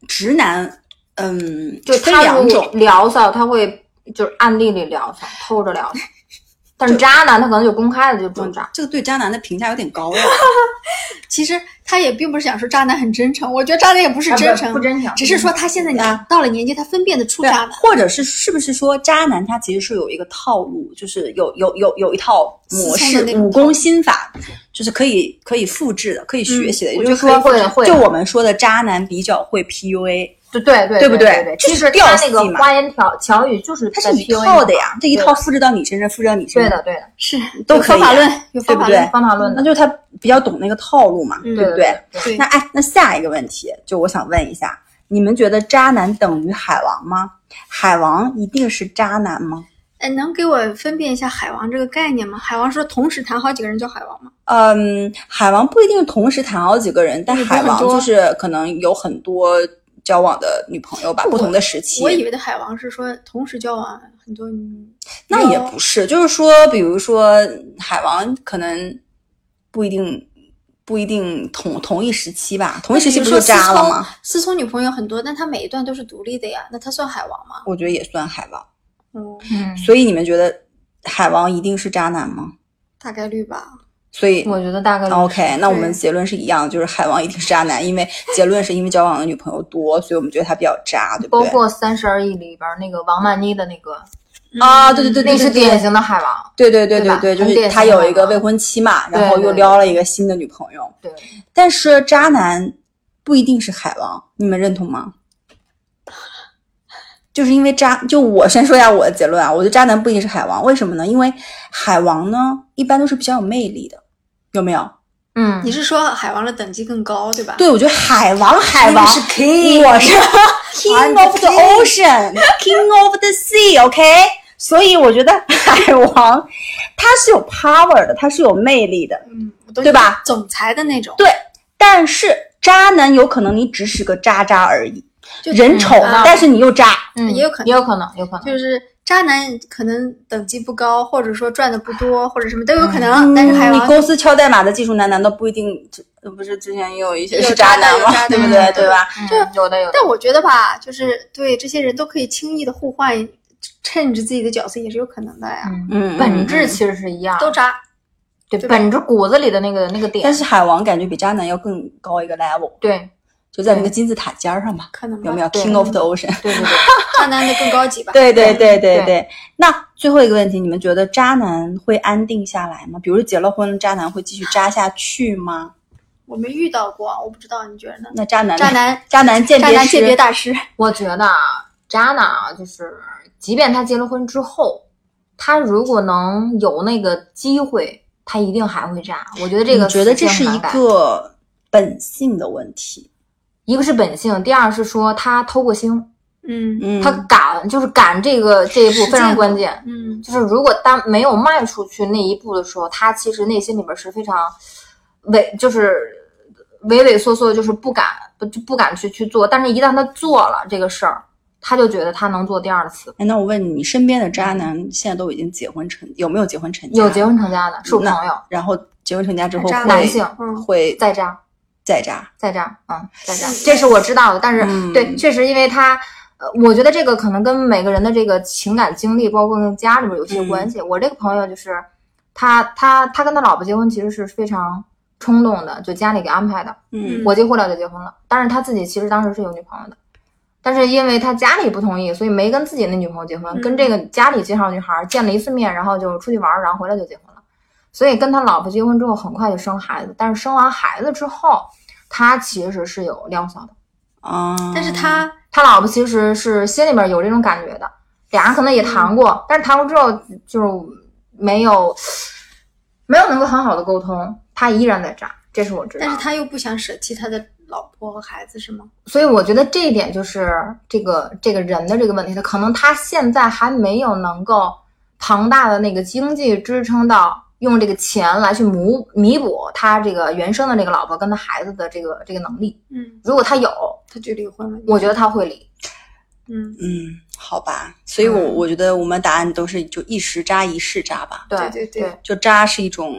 B: 直男，嗯，
C: 就
B: 分
C: 他
B: 两
C: 如
B: 种。
C: 聊骚，他会就是暗地里聊骚，偷着聊骚。但是渣男他可能就公开的就装渣，
B: 这个对渣男的评价有点高 了。
D: 其实他也并不是想说渣男很真诚，我觉得渣男也不是
C: 啊不
D: 真诚，
C: 不真诚，
D: 只是说他现在啊到了年纪，他分辨得出
B: 嗯对
D: 渣
B: 啊
D: 男，。
B: 或者是是不是说渣男他其实是有一个套路，就是有有有有一套模
D: 思
B: 式
D: 聪的那，种
B: 武功心法，就是可以可以复制的，可以学习的。也
C: 嗯我
B: 就
C: 觉
B: 是
C: 得
B: 说，
C: 会会
B: 就我们说的渣男比较会 PUA，
C: 对对对
B: 对不对
C: 对
B: 这
C: 其
B: 是
C: 实
B: 调
C: 他那个
B: 戏嘛
C: 花言巧巧语就是
B: 它
C: 在
B: 是一
C: PUA
B: 套的
C: 你
B: 呀，这一套复制到你身上，复制到你身
C: 对
B: 上，
C: 的对的，
D: 是
B: 都
D: 有
B: 可以
D: 方
B: 呀
D: 法论，有啊
B: 对
D: 方
B: 不
D: 法
B: 对
D: 论，？
C: 方法论
B: 嗯那
C: 的，
B: 就是他比较懂那个套路嘛，
D: 嗯
B: 对不
C: 对对对
D: 对
B: 那哎，那下一个问题就我想问一下，你们觉得渣男等于海王吗？海王一定是渣男吗？
D: 哎，能给我分辨一下海王这个概念吗？海王说同时谈好几个人叫海王吗？
B: 嗯，海王不一定同时谈好几个人，但
D: 有
B: 海王
D: 很多
B: 就是可能有很多交往的女朋友吧，
D: 我
B: 不同的时期
D: 我。以为的海王是说同时交往很多女，
B: 那也不是，就是说，比如说海王可能不一定不一定同同一时期吧，同一时期
D: 比
B: 不就
D: 如说思
B: 渣了
D: 聪
B: 吗？？
D: 思聪女朋友很多，但他每一段都是独立的呀，那他算海王吗？
B: 我觉得也算海王。
D: 嗯，
C: 嗯，
B: 所以你们觉得海王一定是渣男吗？
D: 大概率吧。
B: 所以啊
C: 我觉得大概率是
B: OK，那我们
D: 对
B: 结论是一样的，就是海王一定是渣男，因为结论是因为交往的女朋友多，所以我们觉得他比较渣，对不
C: 包
B: 对？
C: 括《三十而已》里边那个王曼妮的那个，
B: 啊，对对对
C: 那
B: 对，
C: 是
B: 对
C: 典，型的海王。
B: 对对对
C: 对吧
B: 对对，就
C: 很
B: 是
C: 典
B: 他
C: 型
B: 有
C: 的
B: 一个
C: 嘛
B: 未婚妻嘛，然
C: 对
B: 后
C: 对
B: 又
C: 对
B: 撩了一个新的女朋友，
C: 对，
B: 但是渣男不一定是海王，你们认同吗？就是因为渣，就我先说一下我的结论啊，我觉得渣男不一定是海王，为什么呢？因为海王呢一般都是比较有魅力的，有没有？
C: 嗯，
D: 你是说海王的等级更高，对吧？
B: 对，我觉得海王，海
A: 那
B: 王
A: 个是 king
B: 我是 king of the
A: king
B: ocean。King of the Sea，OK、所以我觉得 海王他是有 power 的，他是有魅力的。
D: 嗯，我都
B: 对吧？
D: 总裁的那种，
B: 对，但是渣男有可能你只是个渣渣而已，
D: 就
B: 人丑，
D: 嗯
B: 但是你又渣。
C: 嗯
D: 也有可能
C: 也有可能，有可能。
D: 就是渣男可能等级不高，或者说赚的不多，或者什么都有可能。但是海
B: 嗯你
D: 王
B: 公司敲代码的技术男难道不一定？这不是之前也有一些
D: 有
B: 是
D: 渣
B: 男
D: 的有
B: 吗
D: 渣？的
B: 对不
D: 嗯
B: 对？
D: 对
B: 对吧？
C: 嗯
D: 就
C: 有的有的
D: 但，我觉得吧，就是对这些人都可以轻易的互换，趁着自己的角色也是有可能的呀。
C: 嗯
B: 嗯，
C: 本
B: 嗯
C: 质其实是一样，
D: 都渣，
C: 对
D: 对吧
C: 本质骨子里的那个那个点
B: 但，是海王感觉比渣男要更高一个 level，
C: 对
B: 就在那个金字塔尖儿上吧，
D: 可能吧
B: 有没有
C: 对
B: ？King of the Ocean。
C: 对对对，
D: 渣男的更高级吧？
B: 对对对对
C: 对
B: 对。那最后一个问题，你们觉得渣男会安定下来吗？比如结了婚的渣男会继续渣下去吗？
D: 我没遇到过，我不知道，你觉得呢？
B: 那渣男
D: 渣男，
B: 渣男嗯 鉴
D: 渣
B: 别
D: 男
B: 师
D: 鉴别大师，
C: 我觉得啊，渣男啊，就是即便他结了婚之后，他如果能有那个机会，他一定还会渣。我觉得这个
B: 你觉得这
C: 死
B: 是
C: 性
B: 一
C: 很难改
B: 个本性的问题？
C: 一个是本性，第二是说他偷过腥，
D: 嗯
B: 嗯，
C: 他敢就是敢这个这一步非常关键。
D: 嗯，
C: 就是如果当没有迈出去那一步的时候，他其实内心里边是非常畏，就是畏畏缩缩，就是不敢不就不敢去去做。但是，一旦他做了这个事儿，他就觉得他能做第二次。
B: 哎，那我问你，你身边的渣男现在都已经结婚成，有没有结婚成家？
C: 有结婚成家的，是我朋友，
B: 然后结婚成家之后
D: 渣
B: 会
C: 男性
D: 嗯
B: 会
C: 在渣，
B: 再渣，
C: 在渣，嗯，在渣，这是我知道的。但是、
B: 嗯
C: 对，确实因为他，呃，我觉得这个可能跟每个人的这个情感经历，包括跟家里面有些关系。我这个朋友就是，他他他跟他老婆结婚其实是非常冲动的，就家里给安排的，
B: 嗯
D: 嗯
C: 我结婚了就结婚了。但是他自己其实当时是有女朋友的。但是因为他家里不同意，所以没跟自己那女朋友结婚，
D: 嗯
C: 跟这个家里介绍女孩见了一次面，然后就出去玩儿，然后回来就结婚了。所以跟他老婆结婚之后，很快就生孩子。但是生完孩子之后，他其实是有撩骚的。
B: 啊，
D: 但是他
C: 他老婆其实是心里边有这种感觉的，俩人可能也谈过，
D: 嗯
C: 但是谈过之后就是没有没有能够很好的沟通，他依然在渣，这是我知道的。
D: 但是他又不想舍弃他的老婆和孩子，是吗？
C: 所以我觉得这一点就是这个这个人的这个问题，他可能他现在还没有能够庞大的那个经济支撑到用这个钱来去弥弥补他这个原生的这个老婆跟他孩子的这个这个能力。
D: 嗯，
C: 如果他有，
D: 他就离婚了。
C: 我觉得他会离。
D: 嗯，
B: 嗯，好吧，所以我
C: 嗯
B: 我觉得我们答案都是就一时渣一世渣吧，
C: 对
D: 对对
C: 对，
B: 就渣是一种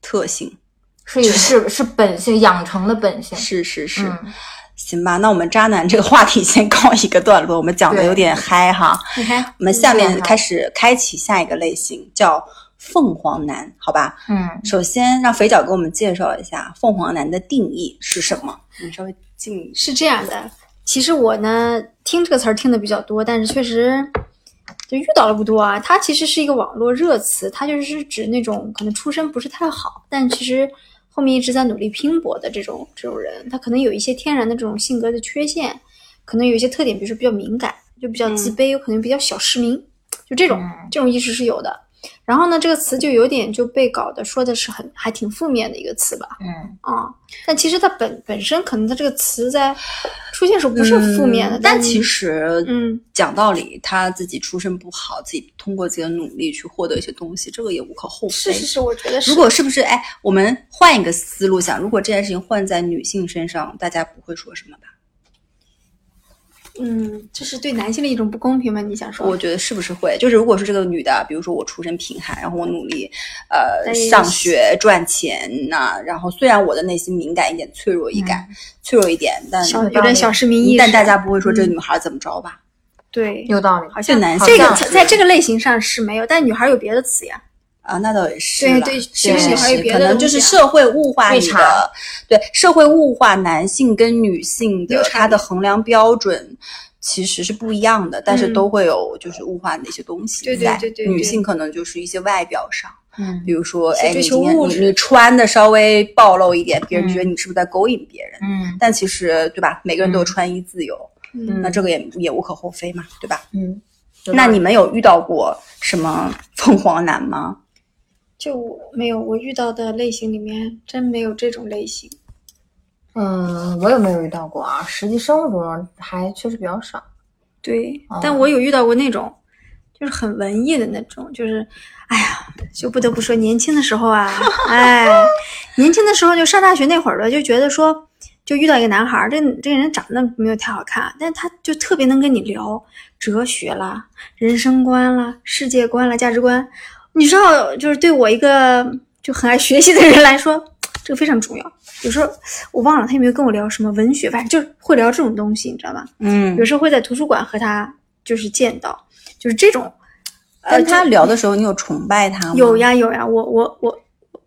B: 特性，
C: 是是是本性养成的本性。
B: 是是是，
C: 嗯，
B: 行吧，那我们渣男这个话题先告一个段落，我们讲的
C: 对
B: 有点嗨哈，
D: 你看，
B: 我们下
C: 嗯
B: 面
C: 是哈
B: 开始开启下一个类型，叫凤凰男，好吧？
C: 嗯，
B: 首先让肥脚给我们介绍一下凤凰男的定义是什么？你稍微近一
D: 是这样的，其实我呢听这个词儿听的比较多，但是确实就遇到了不多啊。它其实是一个网络热词，它就是指那种可能出身不是太好，但其实后面一直在努力拼搏的这种这种人，他可能有一些天然的这种性格的缺陷，可能有一些特点，比如说比较敏感，就比较自卑，有可能比较小市民，就这种
C: 嗯
D: 这种意识是有的。然后呢，这个词就有点就被搞得说的是很还挺负面的一个词吧，
C: 嗯，
D: 啊、但其实它本本身可能它这个词在出现时候不是负面的，
B: 嗯
D: 但
B: 但其实，
D: 嗯，
B: 讲道理，他自己出身不好，自己通过自己的努力去获得一些东西，这个也无可厚非。
D: 是是是，我觉得是。
B: 如果是不是？哎，我们换一个思路想，如果这件事情换在女性身上，大家不会说什么吧？
D: 嗯，这是对男性的一种不公平吗？你想说？
B: 我觉得是不是会？就是如果是这个女的，比如说我出身贫寒，然后我努力，呃，
D: 但是
B: 上学赚钱呐、然后虽然我的内心敏感一点、脆弱一点、脆弱一点，但
D: 嗯小有点小市民意识，
B: 但大家不会说这女孩怎么着吧？
D: 对
C: 有道理。
D: 好
B: 这
D: 像
B: 男性
D: 这个
C: 好像
D: 在在这个类型上是没有，但女孩有别的词呀。
B: 啊，那倒也是啦。
D: 对对
B: 是
C: 因为
B: 是
C: 女
D: 孩有
B: 是
D: 别
B: 可
D: 的
B: 能
D: 东
B: 就是
D: 西啊
B: 社会物化
C: 绿
B: 你
C: 茶
B: 的，对社会物化男性跟女性的
D: 有差
B: 他的衡量标准其实是不一样的，但是
D: 嗯
B: 都会有就是物化的一些东西
D: 对对
B: 在
D: 对对
B: 女
D: 对
B: 性可能就是一些外表上，
C: 嗯
B: 比如说
D: 是
B: 哎，
D: 追
B: 你
D: 求
B: 今天
D: 物
B: 你
D: 质
B: 你穿的稍微暴露一点，别人
C: 嗯
B: 觉得你是不是在勾引别人？
C: 嗯
B: 但其实对吧，每个人都有穿衣自由，
D: 嗯
B: 那这个也也无可厚非嘛，对吧？
C: 嗯，有道理
B: 那你们有遇到过什么凤凰男吗？
D: 就我没有，我遇到的类型里面真没有这种类型。
C: 嗯，我也没有遇到过啊，实际生活中还确实比较少。
D: 对
C: 哦，
D: 但我有遇到过那种，就是很文艺的那种，就是，哎呀，就不得不说，年轻的时候啊，哎，年轻的时候就上大学那会儿吧，就觉得说，就遇到一个男孩儿，这这个人长得没有太好看，但是他就特别能跟你聊哲学啦、人生观啦、世界观啦、价值观，你知道，就是对我一个就很爱学习的人来说。这个非常重要。有时候我忘了他有没有跟我聊什么文学，反正就是会聊这种东西，你知道吧？
B: 嗯
D: 有，时候会在图书馆和他就是见到，就是这种
B: 跟他聊的时呃候，你有崇拜他吗？
D: 有。呀有呀，我我我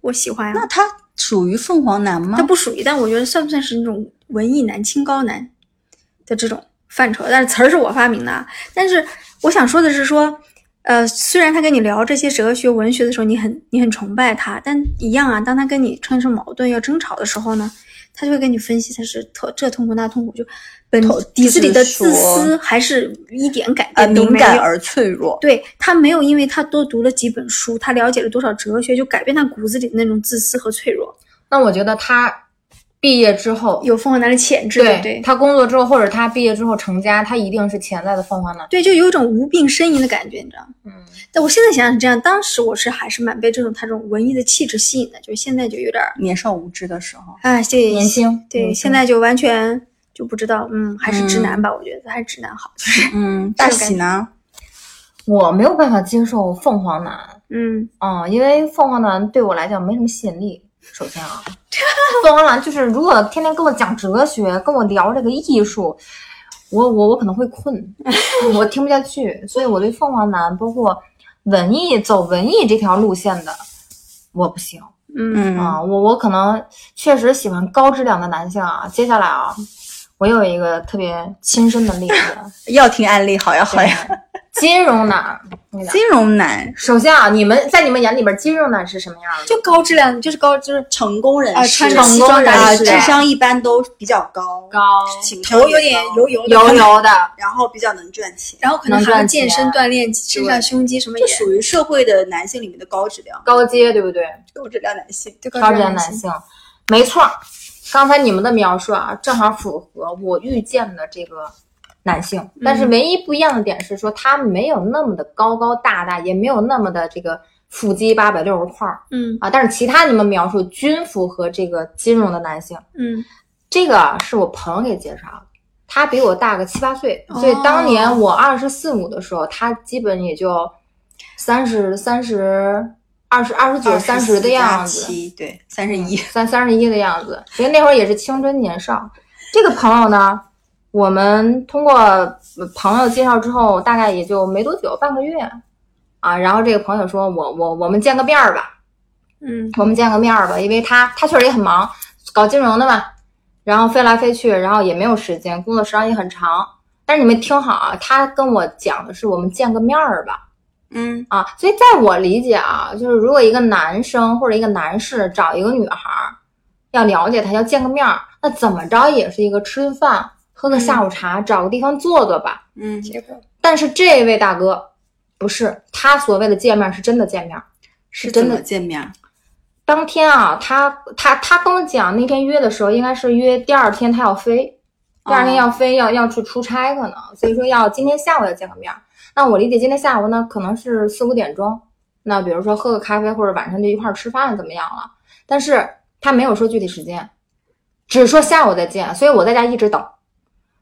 D: 我喜欢
B: 啊那
D: 呀。
B: 他属于凤凰男吗
D: 他？不属于，但我觉得算不算是那种文艺男、清高男的这种范畴？但是词儿是我发明的，啊。但是我想说的是说。呃，虽然他跟你聊这些哲学、文学的时候，你很你很崇拜他，但一样啊，当他跟你产生矛盾、要争吵的时候呢，他就会跟你分析他是特这痛苦那痛苦，就本
B: 头
D: 底子里的
B: 就是
D: 自
B: 说
D: 私还是一点改
B: 呃，
D: 变都
B: 敏
D: 没有。
B: 感而脆弱。
D: 对他没有因为他多读了几本书，他了解了多少哲学，就改变他骨子里的那种自私和脆弱。
C: 那我觉得他毕业之后，
D: 有凤凰男的潜质，
C: 对
D: 不对？
C: 他工作之后，或者他毕业之后成家，他一定是潜在的凤凰男。
D: 对，就有一种无病呻吟的感觉，你知道吗？嗯。但我现在想想是这样，当时我是还是蛮被这种他这种文艺的气质吸引的，就现在就有点儿，
B: 年少无知的时候，
D: 哎，这
C: 年轻，嗯
D: 对，
C: 年
D: 现
C: 轻
D: 在就完全就不知道，嗯，还是直男吧，我觉得还是直男好，就是，
B: 嗯，大
D: 这种感
B: 喜呢？
C: 我没有办法接受凤凰男
D: 嗯，
C: 啊、因为凤凰男对我来讲没什么吸引力。首先 啊，凤凰男就是如果天天跟我讲哲学，跟我聊这个艺术，我我我可能会 困，我听不下去。所以我对凤凰男，包括文艺走文艺这条路线的，我不行。
B: 嗯，
D: 嗯，
C: 啊，我我可能确实喜欢高质量的男性啊。接下来啊，我有一个特别亲身的 例子，
B: 要听案例，好呀好呀。
C: 金融男。那个
B: 金融男
C: 首先啊，你们在你们眼里边，金融男是什么样的？
B: 就高质量，就是高，就是成功人
D: 啊
B: 士，
D: 穿着
C: 呃西装的
B: 啊
C: 人士
B: 智商一般都比较高，
C: 高
B: 情商
D: 头
B: 也
D: 有点
B: 高
D: 油油的，
C: 油油的，
B: 然后比较能赚钱，
D: 然后可能还
C: 能
D: 会
C: 赚
D: 健
C: 钱
D: 身
C: 啊
D: 锻炼，身上胸肌什么也
B: 就属于社会的男性里面的高质量，
C: 高阶，对不对？
B: 高质量男性。
D: 对
C: 高质量
D: 男
C: 男性，没错儿。刚才你们的描述啊，正好符合我遇见的这个男性，
B: 嗯
C: 但是唯一不一样的点是说，他没有那么的高高大大，也没有那么的这个腹肌八百六十块儿
D: 嗯
C: 啊。但是其他你们描述均符合这个金融的男性，
D: 嗯，
C: 这个啊是我朋友给介绍的，他比我大个七八岁，
D: 哦
C: 所以当年我二十四五的时候，他基本也就三十三十二十二十九三十的样子。
B: 七对，三十一，
C: 三三十一的样子，所以那会儿也是青春年少。这个朋友呢，我们通过呃朋友介绍之后，大概也就没多久，半个月啊。然后这个朋友说：“我我我们见个面儿吧，
D: 嗯
C: 我们见个面儿吧，因为他他确实也很忙，搞金融的嘛，然后飞来飞去，然后也没有时间，工作时长也很长。但是你们听好啊，他跟我讲的是我们见个面儿吧，
B: 嗯，
C: 啊，所以在我理解啊，就是如果一个男生或者一个男士找一个女孩儿，要了解她，要见个面儿，那怎么着也是一个吃顿饭、喝个下午茶，找个地方坐坐吧。
B: 嗯，
D: 结果
C: 但是这位大哥不是，他所谓的见面是真的见面，是
B: 是
C: 真
B: 怎
C: 的
B: 么见面？
C: 当天啊，他他他跟我讲，那天约的时候应该是约第二天他要飞，第二天要飞要要去出差可能，所以说要今天下午要见个面儿。那我理解今天下午呢，可能是四五点钟，那比如说喝个咖啡或者晚上就一块儿吃饭怎么样了？但是他没有说具体时间，只说下午再见，所以我在家一直等。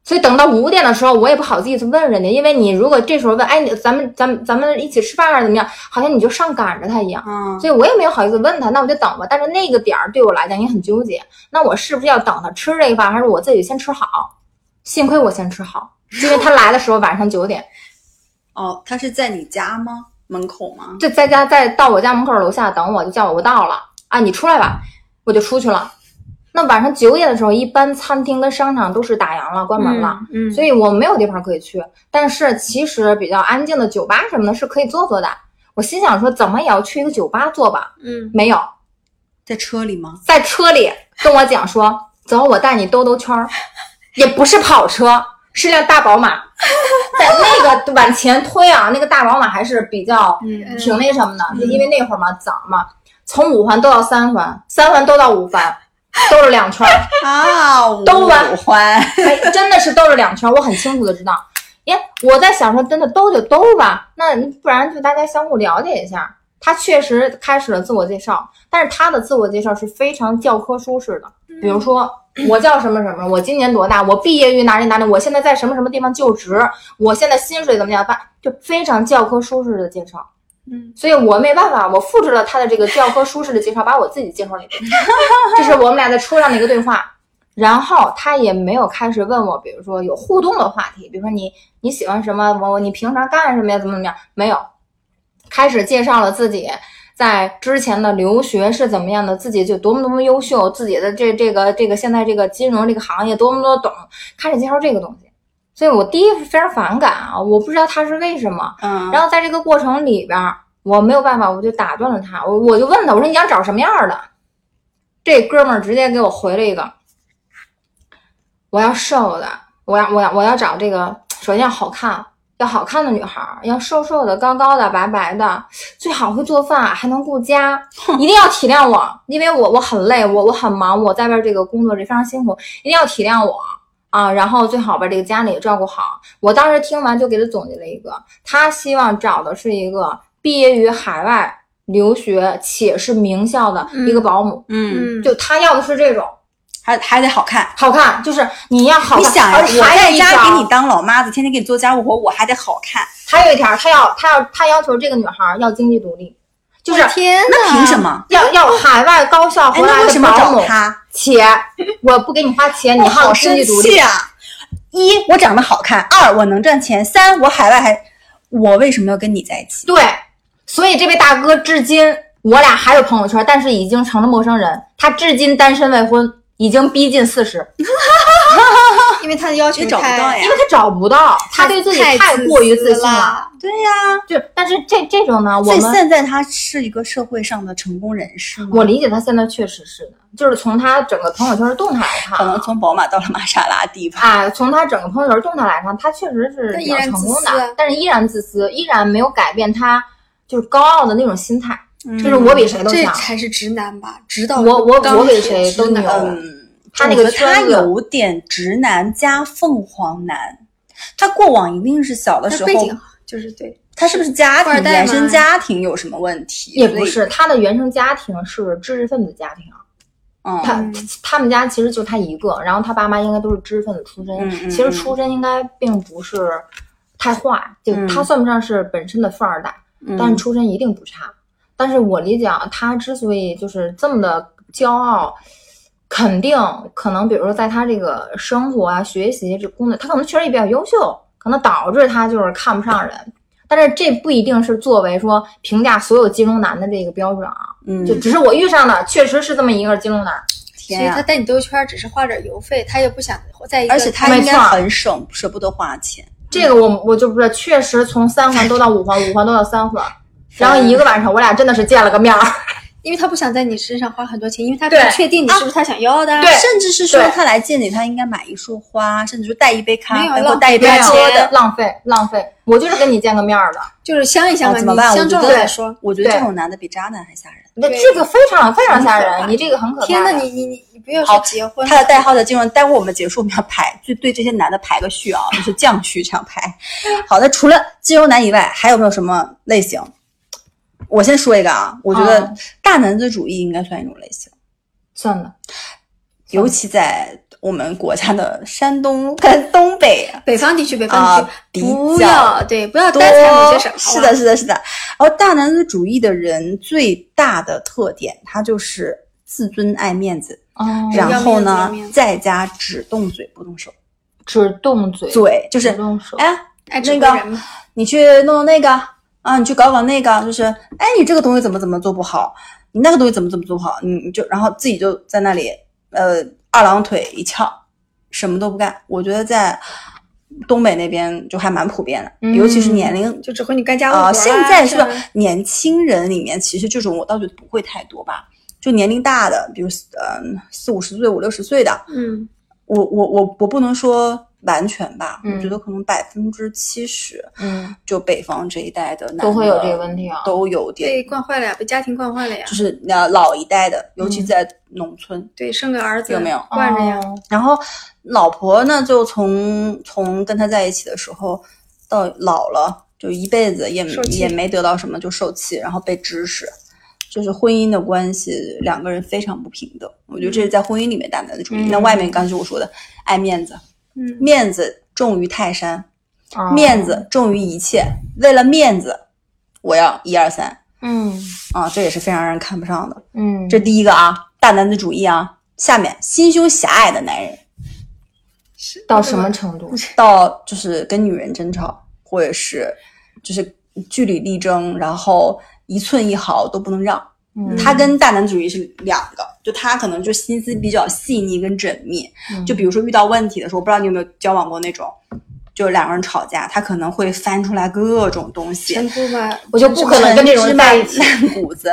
C: 所以等到五点的时候，我也不好意思问人家，因为你如果这时候问，哎，你咱们咱们咱们一起吃饭啊，怎么样？好像你就上赶着他一样。
B: 嗯，
C: 所以我也没有好意思问他，那我就等吧。但是那个点儿对我来讲也很纠结，那我是不是要等他吃这个饭，还是我自己先吃好？幸亏我先吃好，因为他来的时候晚上九点，
B: 哦，他是在你家吗？门口吗？
C: 就在家在到我家门口楼下等我，就叫我我到了啊，你出来吧，我就出去了。那晚上九点的时候，一般餐厅跟商场都是打烊了，关门了。，
D: 嗯，
C: 所以我没有地方可以去。但是其实比较安静的酒吧什么的是可以坐坐的。我心想说，怎么也要去一个酒吧坐吧？
D: 嗯
C: 没有，
B: 在车里吗？
C: 在车里跟我讲说：“走，我带你兜兜圈儿。”也不是跑车，是辆大宝马，在那个往前推啊，那个大宝马还是比较
B: 嗯
C: 挺那什么的，
D: 嗯
C: 因为那会儿嘛早嘛。从五环兜到三环，三环兜到五环，兜了两圈儿。
B: 啊，
C: 兜吧
B: 五环，
C: 哎，真的是兜了两圈，我很清楚的知道。耶，我在想说，真的兜就兜吧，那不然就大家相互了解一下。他确实开始了自我介绍，但是他的自我介绍是非常教科书式的，比如说我叫什么什么，我今年多大，我毕业于哪里哪里，我现在在什么什么地方就职，我现在薪水怎么样办，就非常教科书式的介绍。
D: 嗯，
C: 所以我没办法，我复制了他的这个教科书式的介绍，把我自己介绍里边。这是我们俩在车上的一个对话。然后他也没有开始问我，比如说有互动的话题，比如说你你喜欢什么，我我你平常干什么呀，怎么怎么样，没有，开始介绍了自己在之前的留学是怎么样的，自己就多么多么优秀，自己的这这个这个现在这个金融这个行业多么多么懂，开始介绍这个东西。所以我第一非常反感啊，我不知道他是为什么，
B: 嗯
C: 然后在这个过程里边儿，我没有办法，我就打断了他，我我就问他，我说你想找什么样儿的？这哥们儿直接给我回了一个，我要瘦的，我要我要我要找这个，首先要好看，要好看的女孩儿，要瘦瘦的、高高的、白白的，最好会做饭，还能顾家，一定要体谅我，因为我我很累，我我很忙，我在外这个工作这非常辛苦，一定要体谅我。啊，然后最好把这个家里也照顾好。我当时听完就给他总结了一个，他希望找的是一个毕业于海外留学且是名校的一个保姆，
B: 嗯，
D: 嗯，
C: 就他要的是这种
B: 还还得好看。
C: 好看，就是你要好看。
B: 你想呀，
C: 而且
B: 我
C: 还有
B: 在
C: 一
B: 家
C: 条
B: 给你当老妈子，天天给你做家务活，我还得好看，
C: 还有一条，他要他要他要求这个女孩儿要经济独立，就是
D: 我天呐，
B: 那凭什？么？
C: 要要海外高校
B: 哎，
C: 啊回来
B: 那为
C: 的
B: 什么
C: 保
B: 找
C: 姆，
B: 他？
C: 且我不给你花钱，你
B: 我
C: 还要
B: 好
C: 经
B: 生
C: 济独立
B: 气。啊！一，我长得好看；二，我能赚钱；三，我海外还……我为什么要跟你在一起？
C: 对，所以这位大哥至今我俩还有朋友圈，但是已经成了陌生人。他至今单身未婚，已经逼近四十，
D: 因为他的要求
B: 也找不
D: 太
B: 到呀
C: 因为他找不到，他对自己太过于自
D: 私
C: 信了。
D: 了。
B: 对呀、
C: 就但是这这种呢，我
B: 所以
C: 们
B: 现在他是一个社会上的成功人士吗？
C: 我理解他现在确实是的，就是从他整个朋友圈动态来
B: 可
C: 看。
B: 能从宝马到了玛莎拉蒂吧。
C: 啊，从他整个朋友圈动态来看，他确实是比较成
D: 但依然
C: 功
D: 自私
C: 的，但是依然自私，依然没有改变他就是高傲的那种心态，就是
B: 嗯
C: 我比谁都
D: 这
C: 强，
D: 才是直男吧，直到
C: 我我
D: 钢
C: 我比
D: 铁
C: 谁
D: 直
C: 都
D: 男
C: 牛。
B: 嗯，
C: 他那个
B: 我觉得他
C: 圈子
B: 有点直男加凤凰男。他过往一定是小的时候，
D: 他背景好就是对，
B: 他是不是家
D: 富二
B: 庭
D: 代
B: 原
D: 吗
B: 生家庭有什么问题？
C: 也不
B: 所以，
C: 是，他的原生家庭是知识分子家庭，
B: 嗯，
C: 他他们家其实就他一个，然后他爸妈应该都是知识分子出身，
B: 嗯嗯
C: 其实出身应该并不是太坏，就
B: 嗯
C: 他算不上是本身的富二代，但是出身一定不差。但是我理解啊，他之所以就是这么的骄傲，肯定可能比如说在他这个生活啊、学习这工作，他可能确实也比较优秀，可能导致他就是看不上人。但是这不一定是作为说评价所有金融男的这个标准啊，
B: 嗯，
C: 就只是我遇上的确实是这么一个金融男，
D: 所
B: 天
D: 以
B: 啊
D: 他带你兜圈只是花点邮费，他也不想在一个
B: 而且他
C: 没
B: 应该
C: 错儿
B: 很省，舍不得花钱。
C: 这个我我就不知道，确实从三环兜到五环，五环兜到三环，然后一个晚上我俩真的是见了个面儿。
D: 因为他不想在你身上花很多钱，因为他不
C: 对
D: 确定你是不是他想要的啊。
C: 对
B: 甚至是说
C: 对
B: 他来见你，他应该买一束花，甚至说带一杯咖
D: 没有
B: 啡，哦
D: 浪
B: 或带一杯
D: 费
B: 喝的。
C: 浪费浪费，我就是跟你见个面儿的。
D: 就是相一相
B: 哦，
D: 吧，
B: 怎么办？
D: 你
B: 我
D: 相
B: 觉
D: 中了
B: 得
D: 再说。，
B: 我觉得这
C: 对
B: 种男的比渣男还吓人。
C: 那
D: 对
C: 这个非常非常吓
B: 很可
C: 人，
B: 怕
C: 你这个很可怕。
D: 天呐，你你你你不要说
B: 好
D: 结婚了，
B: 他的代号的金融，待会儿我们结束，我们要排，就对这些男的排个序啊，就是降序这样排。好的，除了金融男以外，还有没有什么类型？我先说一个啊，我觉
D: 哦
B: 得
C: 嗯
B: 大男子主义应该算一种类型，
C: 算了，
B: 尤其在我们国家的山东跟东北
D: 北方地区，北方
B: 啊
D: 地，
B: 比
D: 区不
B: 较
D: 要对不要
B: 多
D: 单谈这些事儿。
B: 是
D: 好吧
B: 的，，是的，是的。然后大男子主义的人最大的特点，他就是自尊、爱面子，
C: 哦，
D: 要
B: 然后呢
D: 面子要面，子
B: 在家只动嘴不动手，
C: 只动嘴，
B: 嘴就是
C: 只动手。
B: 哎，
D: 爱
B: 那
D: 整
B: 个
D: 个人嘛，
B: 你去弄弄那个啊，你去搞搞那个，就是哎，你这个东西怎么怎么做不好，你那个东西怎么怎么做不好，你你就然后自己就在那里呃二郎腿一翘，什么都不干。我觉得在东北那边就还蛮普遍的，
C: 嗯
B: 尤其是年龄
D: 就只会你干家务活
B: 啊、
D: 啊
B: 现在是
D: 吧
B: 吧？年轻人里面，其实这种我倒觉得不会太多吧。就年龄大呃的，比如嗯四五十岁、五六十岁的，
D: 嗯，
B: 我我我我不能说完全吧，
C: 嗯
B: 我觉得可能百分之七十，
C: 嗯，
B: 就北方这一代的男的
C: 都会有这个问题啊。
B: 都有点，
D: 被惯坏了呀，被家庭惯坏了呀
B: 就。是那老一代的，尤其
C: 嗯
B: 在农村，
D: 对，生个儿子
B: 有没有
D: 惯着呀？
C: 哦
B: 然后老婆呢，就从从跟他在一起的时候到老了，就一辈子也
D: 受气
B: 也没得到什么，就受气，然后被指使，就是婚姻的关系，两个人非常不平等。我觉得这
D: 嗯
B: 是在婚姻里面大男子主义。
C: 嗯
B: 那外面刚才我说的，爱面子，
D: 嗯，
B: 面子重于泰山，
C: 哦
B: 面子重于一切，为了面子，我要一二三
C: 嗯
B: 啊，这也是非常让人看不上的。
C: 嗯，
B: 这第一个啊，大男子主义啊。下面心胸狭隘的男人。
C: 到什么程度？
B: 到就是跟女人争吵，或者是就是据理力争，然后一寸一毫都不能让。
C: 嗯
B: 他跟大男子主义是两个，就他可能就心思比较细腻跟缜密。
C: 嗯
B: 就比如说遇到问题的时候，我不知道你有没有交往过那种，就两个人吵架，他可能会翻出来各种东西，
D: 前夫吧，
C: 我就不可能跟这种人在一起。
B: 烂谷子，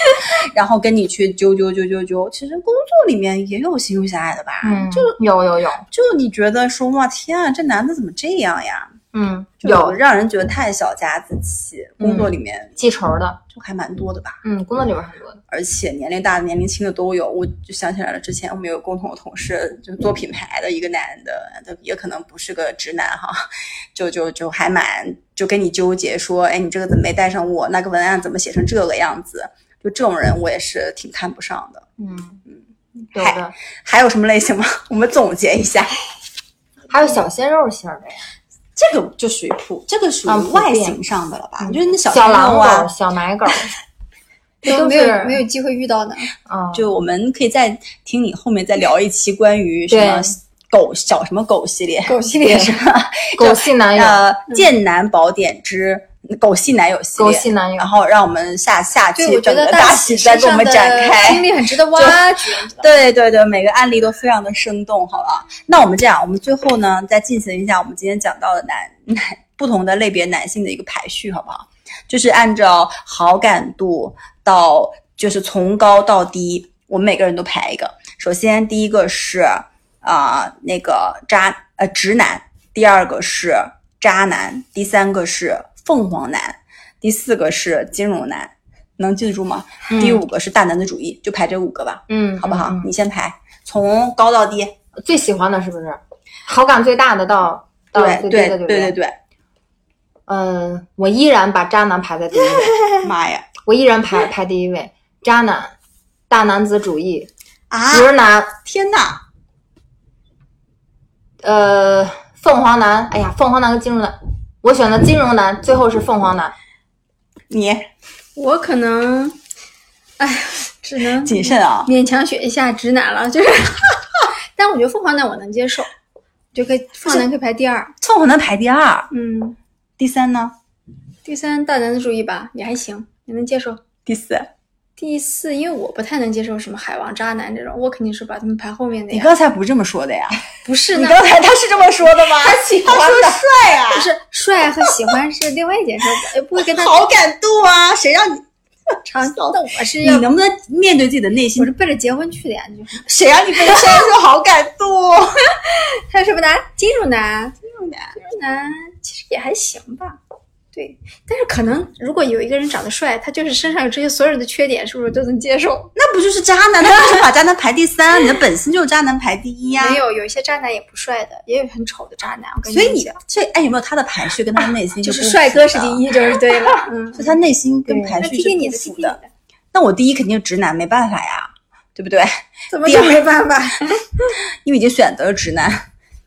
B: 然后跟你去揪揪揪揪揪。其实工作里面也有心胸狭隘的吧？
C: 嗯，
B: 就
C: 有有有，
B: 就你觉得说哇天啊，这男的怎么这样呀？
C: 嗯，
B: 就
C: 有嗯
B: 让人觉得太小家子气，工作里面
C: 记仇的，
B: 就还蛮多的吧，
C: 嗯，工作里边很多的，
B: 而且年龄大的、年龄轻的都有。我就想起来了，之前我们有共同的同事，就做品牌的一个男的，他也可能不是个直男哈，就就就还蛮就跟你纠结说，哎，你这个怎么没带上我？那个文案怎么写成这个样子？就这种人，我也是挺看不上的。
C: 嗯嗯，有的，
B: 还有什么类型吗？ 我们总结一下，
C: 还有小鲜肉型的呀，
B: 这个就属于普，这个属
C: 啊
B: 于
C: 普遍
B: 外形上的了吧？就是那小
C: 小
B: 鲜
C: 狼
B: 肉啊
C: 狗、，小 奶狗，
D: 都
C: 都
D: 没有
C: 是
D: 没有机会遇到呢。
C: 嗯，
B: 就我们可以再听你后面再聊一期关于什么
C: 对
B: 狗小什么狗系列，
D: 狗系列
B: 是吧？
C: 狗系
D: 哎
C: 男友，
B: 呃，
D: 嗯
B: 《剑南宝典之狗系男友》系
C: 狗
B: 列，啊
C: 系男友
B: 然，后让我们下下期
D: 对，我觉
B: 整个
D: 得
B: 大
D: 喜
B: 喜
D: 身
B: 再给我
D: 上
B: 们
D: 的
B: 展
D: 经
B: 开。
D: 历很值得挖掘。
B: 对对对，每个案例都非常的生动，好吧？那我们这样，我们最后呢再进行一下我们今天讲到的男男不同的类别男性的一个排序，好不好？就是按照好感度到，就是从高到低，我们每个人都排一个。首先第一个是啊、呃那个渣呃直男，第二个是渣男，第三个是凤凰男，第四个是金融男，能记得住吗？
C: 嗯
B: 第五个是大男子主义，就排这五个吧，
C: 嗯，
B: 好不好？
C: 嗯
B: 你先排，从高到低。
C: 嗯最喜欢的是不是？好感最大的到到
B: 啊对
C: 最低
B: 对
C: 的，
B: 对
C: 不
B: 对？对，
C: 嗯，我依然把渣男排在第一位，
B: 妈呀
C: 我依然排排第一位，渣男、大男子主义、
B: 啊！
C: 直男、
B: 天呐，
C: 呃，凤凰男，哎呀，凤凰男跟金融男，我选的金融男，最后是凤凰男。
B: 你
D: 我可能，哎，只能
B: 谨慎啊！
D: 勉强选一下直男了，就是。 但我觉得凤凰男我能接受，就可以凤凰男可以排第二。
B: 凑合能排第二，
D: 嗯，
B: 第三呢？
D: 第三大男子主义吧，也还行，也能接受。
B: 第四？
D: 第四，因为我不太能接受什么海王渣男这种，我肯定是把他们排后面的
B: 你
D: 呀。
B: 刚才不这么说的呀？
D: 不是
B: 你
D: 那，
B: 刚才他是这么说的吗？ 他喜欢的帅啊
D: 不，是帅和喜欢是另外一件事，我也不会跟他
B: 好感度啊！谁让你
D: 长。那我是
B: 你
D: 要，
B: 能不能面对自己的内心
D: 我是？奔着结婚去的呀，就是。
B: 谁让你被晒出好感度？
D: 还有什么男？金融男，金融男，金融男其实也还行吧。对，但是可能如果有一个人长得帅，他就是身上有这些所有的缺点，是不是都能接受？
B: 那不就是渣男？他就是把渣男排第三，你的本心就是渣男排第一呀、
D: 没有，有一些渣男也不帅的，也有很丑的渣男。我跟
B: 所以
D: 你
B: 你
D: 讲
B: 这哎有没有他的排序跟他内心
D: 就是
B: 不
D: 帅哥是
B: 符的
D: 第，一，就是对 了。嗯，
B: 就他内心跟
C: 对
B: 排
D: 那
B: 序
D: 提
B: 是
D: 提你
B: 不
D: 的，提
B: 符
D: 提你的，
B: 那我第一肯定是直男，没办法呀，对不对？
D: 怎么就没办法？
B: 因为已经选择了直男。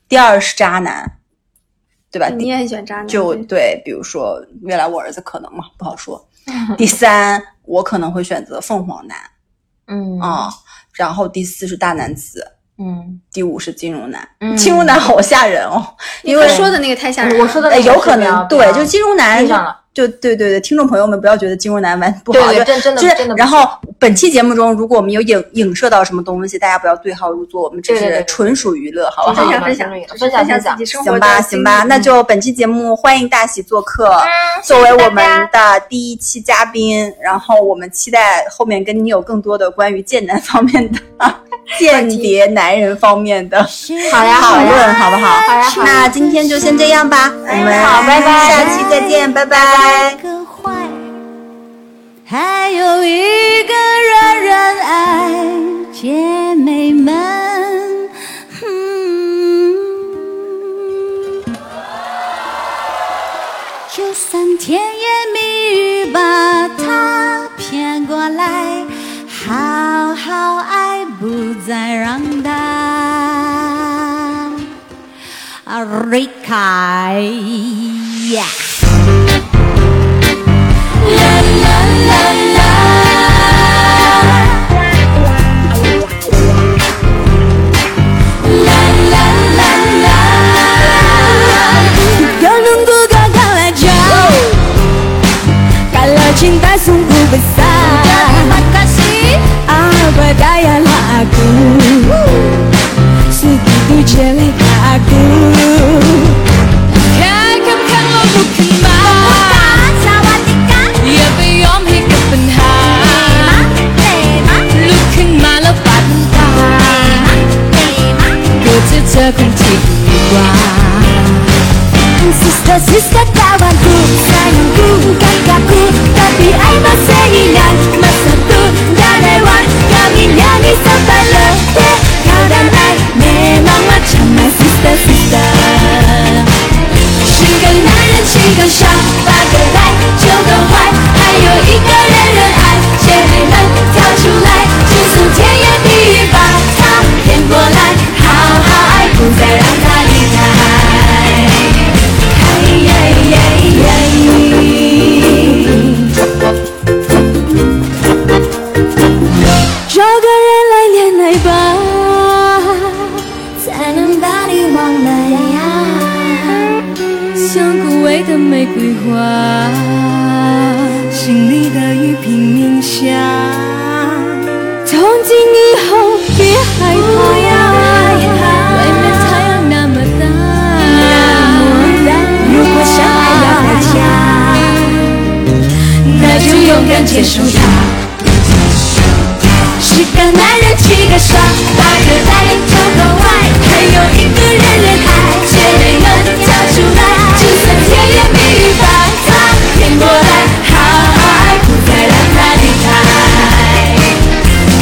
B: 第二是渣男，对吧？
D: 你
B: 第
D: 也很喜欢渣男？
B: 就
D: 对
B: 对，比如说未来我儿子可能嘛，不好 说。第三，我可能会选择凤凰男
C: 嗯
B: 啊、然后第四是大男子，
C: 嗯，
B: 第五是金融男。
C: 嗯
B: 金融男好吓人哦，
D: 因
B: 因
D: 为
B: 为
D: 说的那个太吓人了。
C: 我说的
B: 呃
C: 那个
B: 有
C: 是
B: 可
C: 比较
B: 能
C: 比
B: 对，
C: 较
B: 就金融男
C: 听上了
B: 就对对对，听众朋友们不要觉得金融男完不好，
C: 对
B: 就
C: 对，真真的
B: 就是
C: 真的不，是。
B: 然后本期节目中，如果我们有影影射到什么东西，大家不要对号入座，我们只
C: 对对
B: 是
C: 对
B: 纯属娱乐，好不
D: 分
B: 好？
D: 享分
C: 好好
D: 享
C: 好
D: 就是
C: 分享分享
D: 自己生活
B: 行
D: 的
B: 吧，
D: 经
B: 行吧，
D: 历
C: 嗯
B: 那就本期节目欢迎大喜做客，作为我们的第一期嘉宾，然后我们 期待后面跟你有更多的关于剑南方面的间谍男人方面的
C: 好呀好
B: 讨
C: 呀
B: 论，好不好？
C: 好呀好呀
B: 那今天就先这样吧，我们
C: 好拜拜
B: 下期再见，拜拜
A: 个坏，还有一个人人爱，姐妹们。嗯就算甜言蜜语把他骗过来，好好爱，不再让他啊离开呀。Kalungku kau kalah jauh Kalau cinta sungguh besar Ya, Terima kasih Apa dayalah aku Segitu jelek aku
E: Kan aku kembali Ya belum hingga benar Looking malah patah Kau tetap kunci
A: Sister, sister kawanku Sayangku, kakakku Tapi I masih ingat Masa tu dah lewat Kami nyanyi sampai letih Kau dan I memang macam my sister, sister 是个男人，是个傻，八个呆，九个坏，还有一个人人爱。姐妹们跳出来，就算甜言蜜语把他骗过来，好好爱，不再让他离开。嗨耶耶耶找个人来恋爱吧，才能把你忘了呀。像枯萎的玫瑰花，心里的雨拼命下。从今以后别害怕呀，外面太阳那么大，如果相爱要代价，那就勇敢接受它。十个男人，七个傻，八个呆，九个坏，还有一个人人爱。姐妹们跳出来，就算甜言蜜语把他骗过来，好好爱，不再让他离开。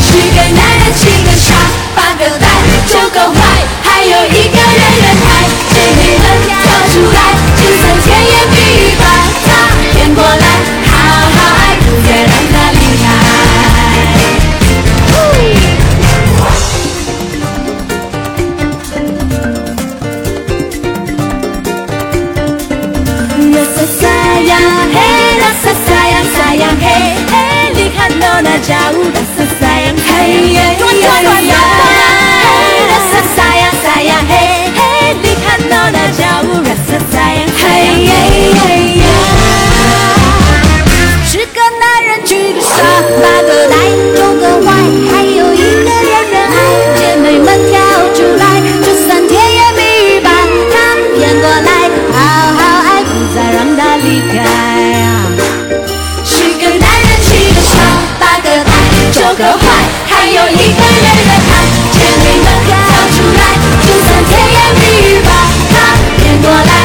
A: 十个男人，七个傻，八个呆，九个坏，还有一个人人爱。姐妹们跳出来，就算甜言蜜语把他骗过来，好好爱，不再让他离开。rasa sayang, hey rasa sayang sayang, hey hey lihat nona jauh rasa sayang, hey yeah, yeah, yeah. hey rasa sayang sayang, hey hey lihat nona jauh rasa sayang, hey yeah, yeah, yeah. 十个男人举个傻，八个呆，九个坏，还有一个人人爱。姐妹们跳出来，就算甜言蜜语把他骗过来，好好爱，不再让他离开。十个男人，七个傻，八个呆，九个坏，还有一个人人爱。姐妹们跳出来，就算甜言蜜语把它骗过来，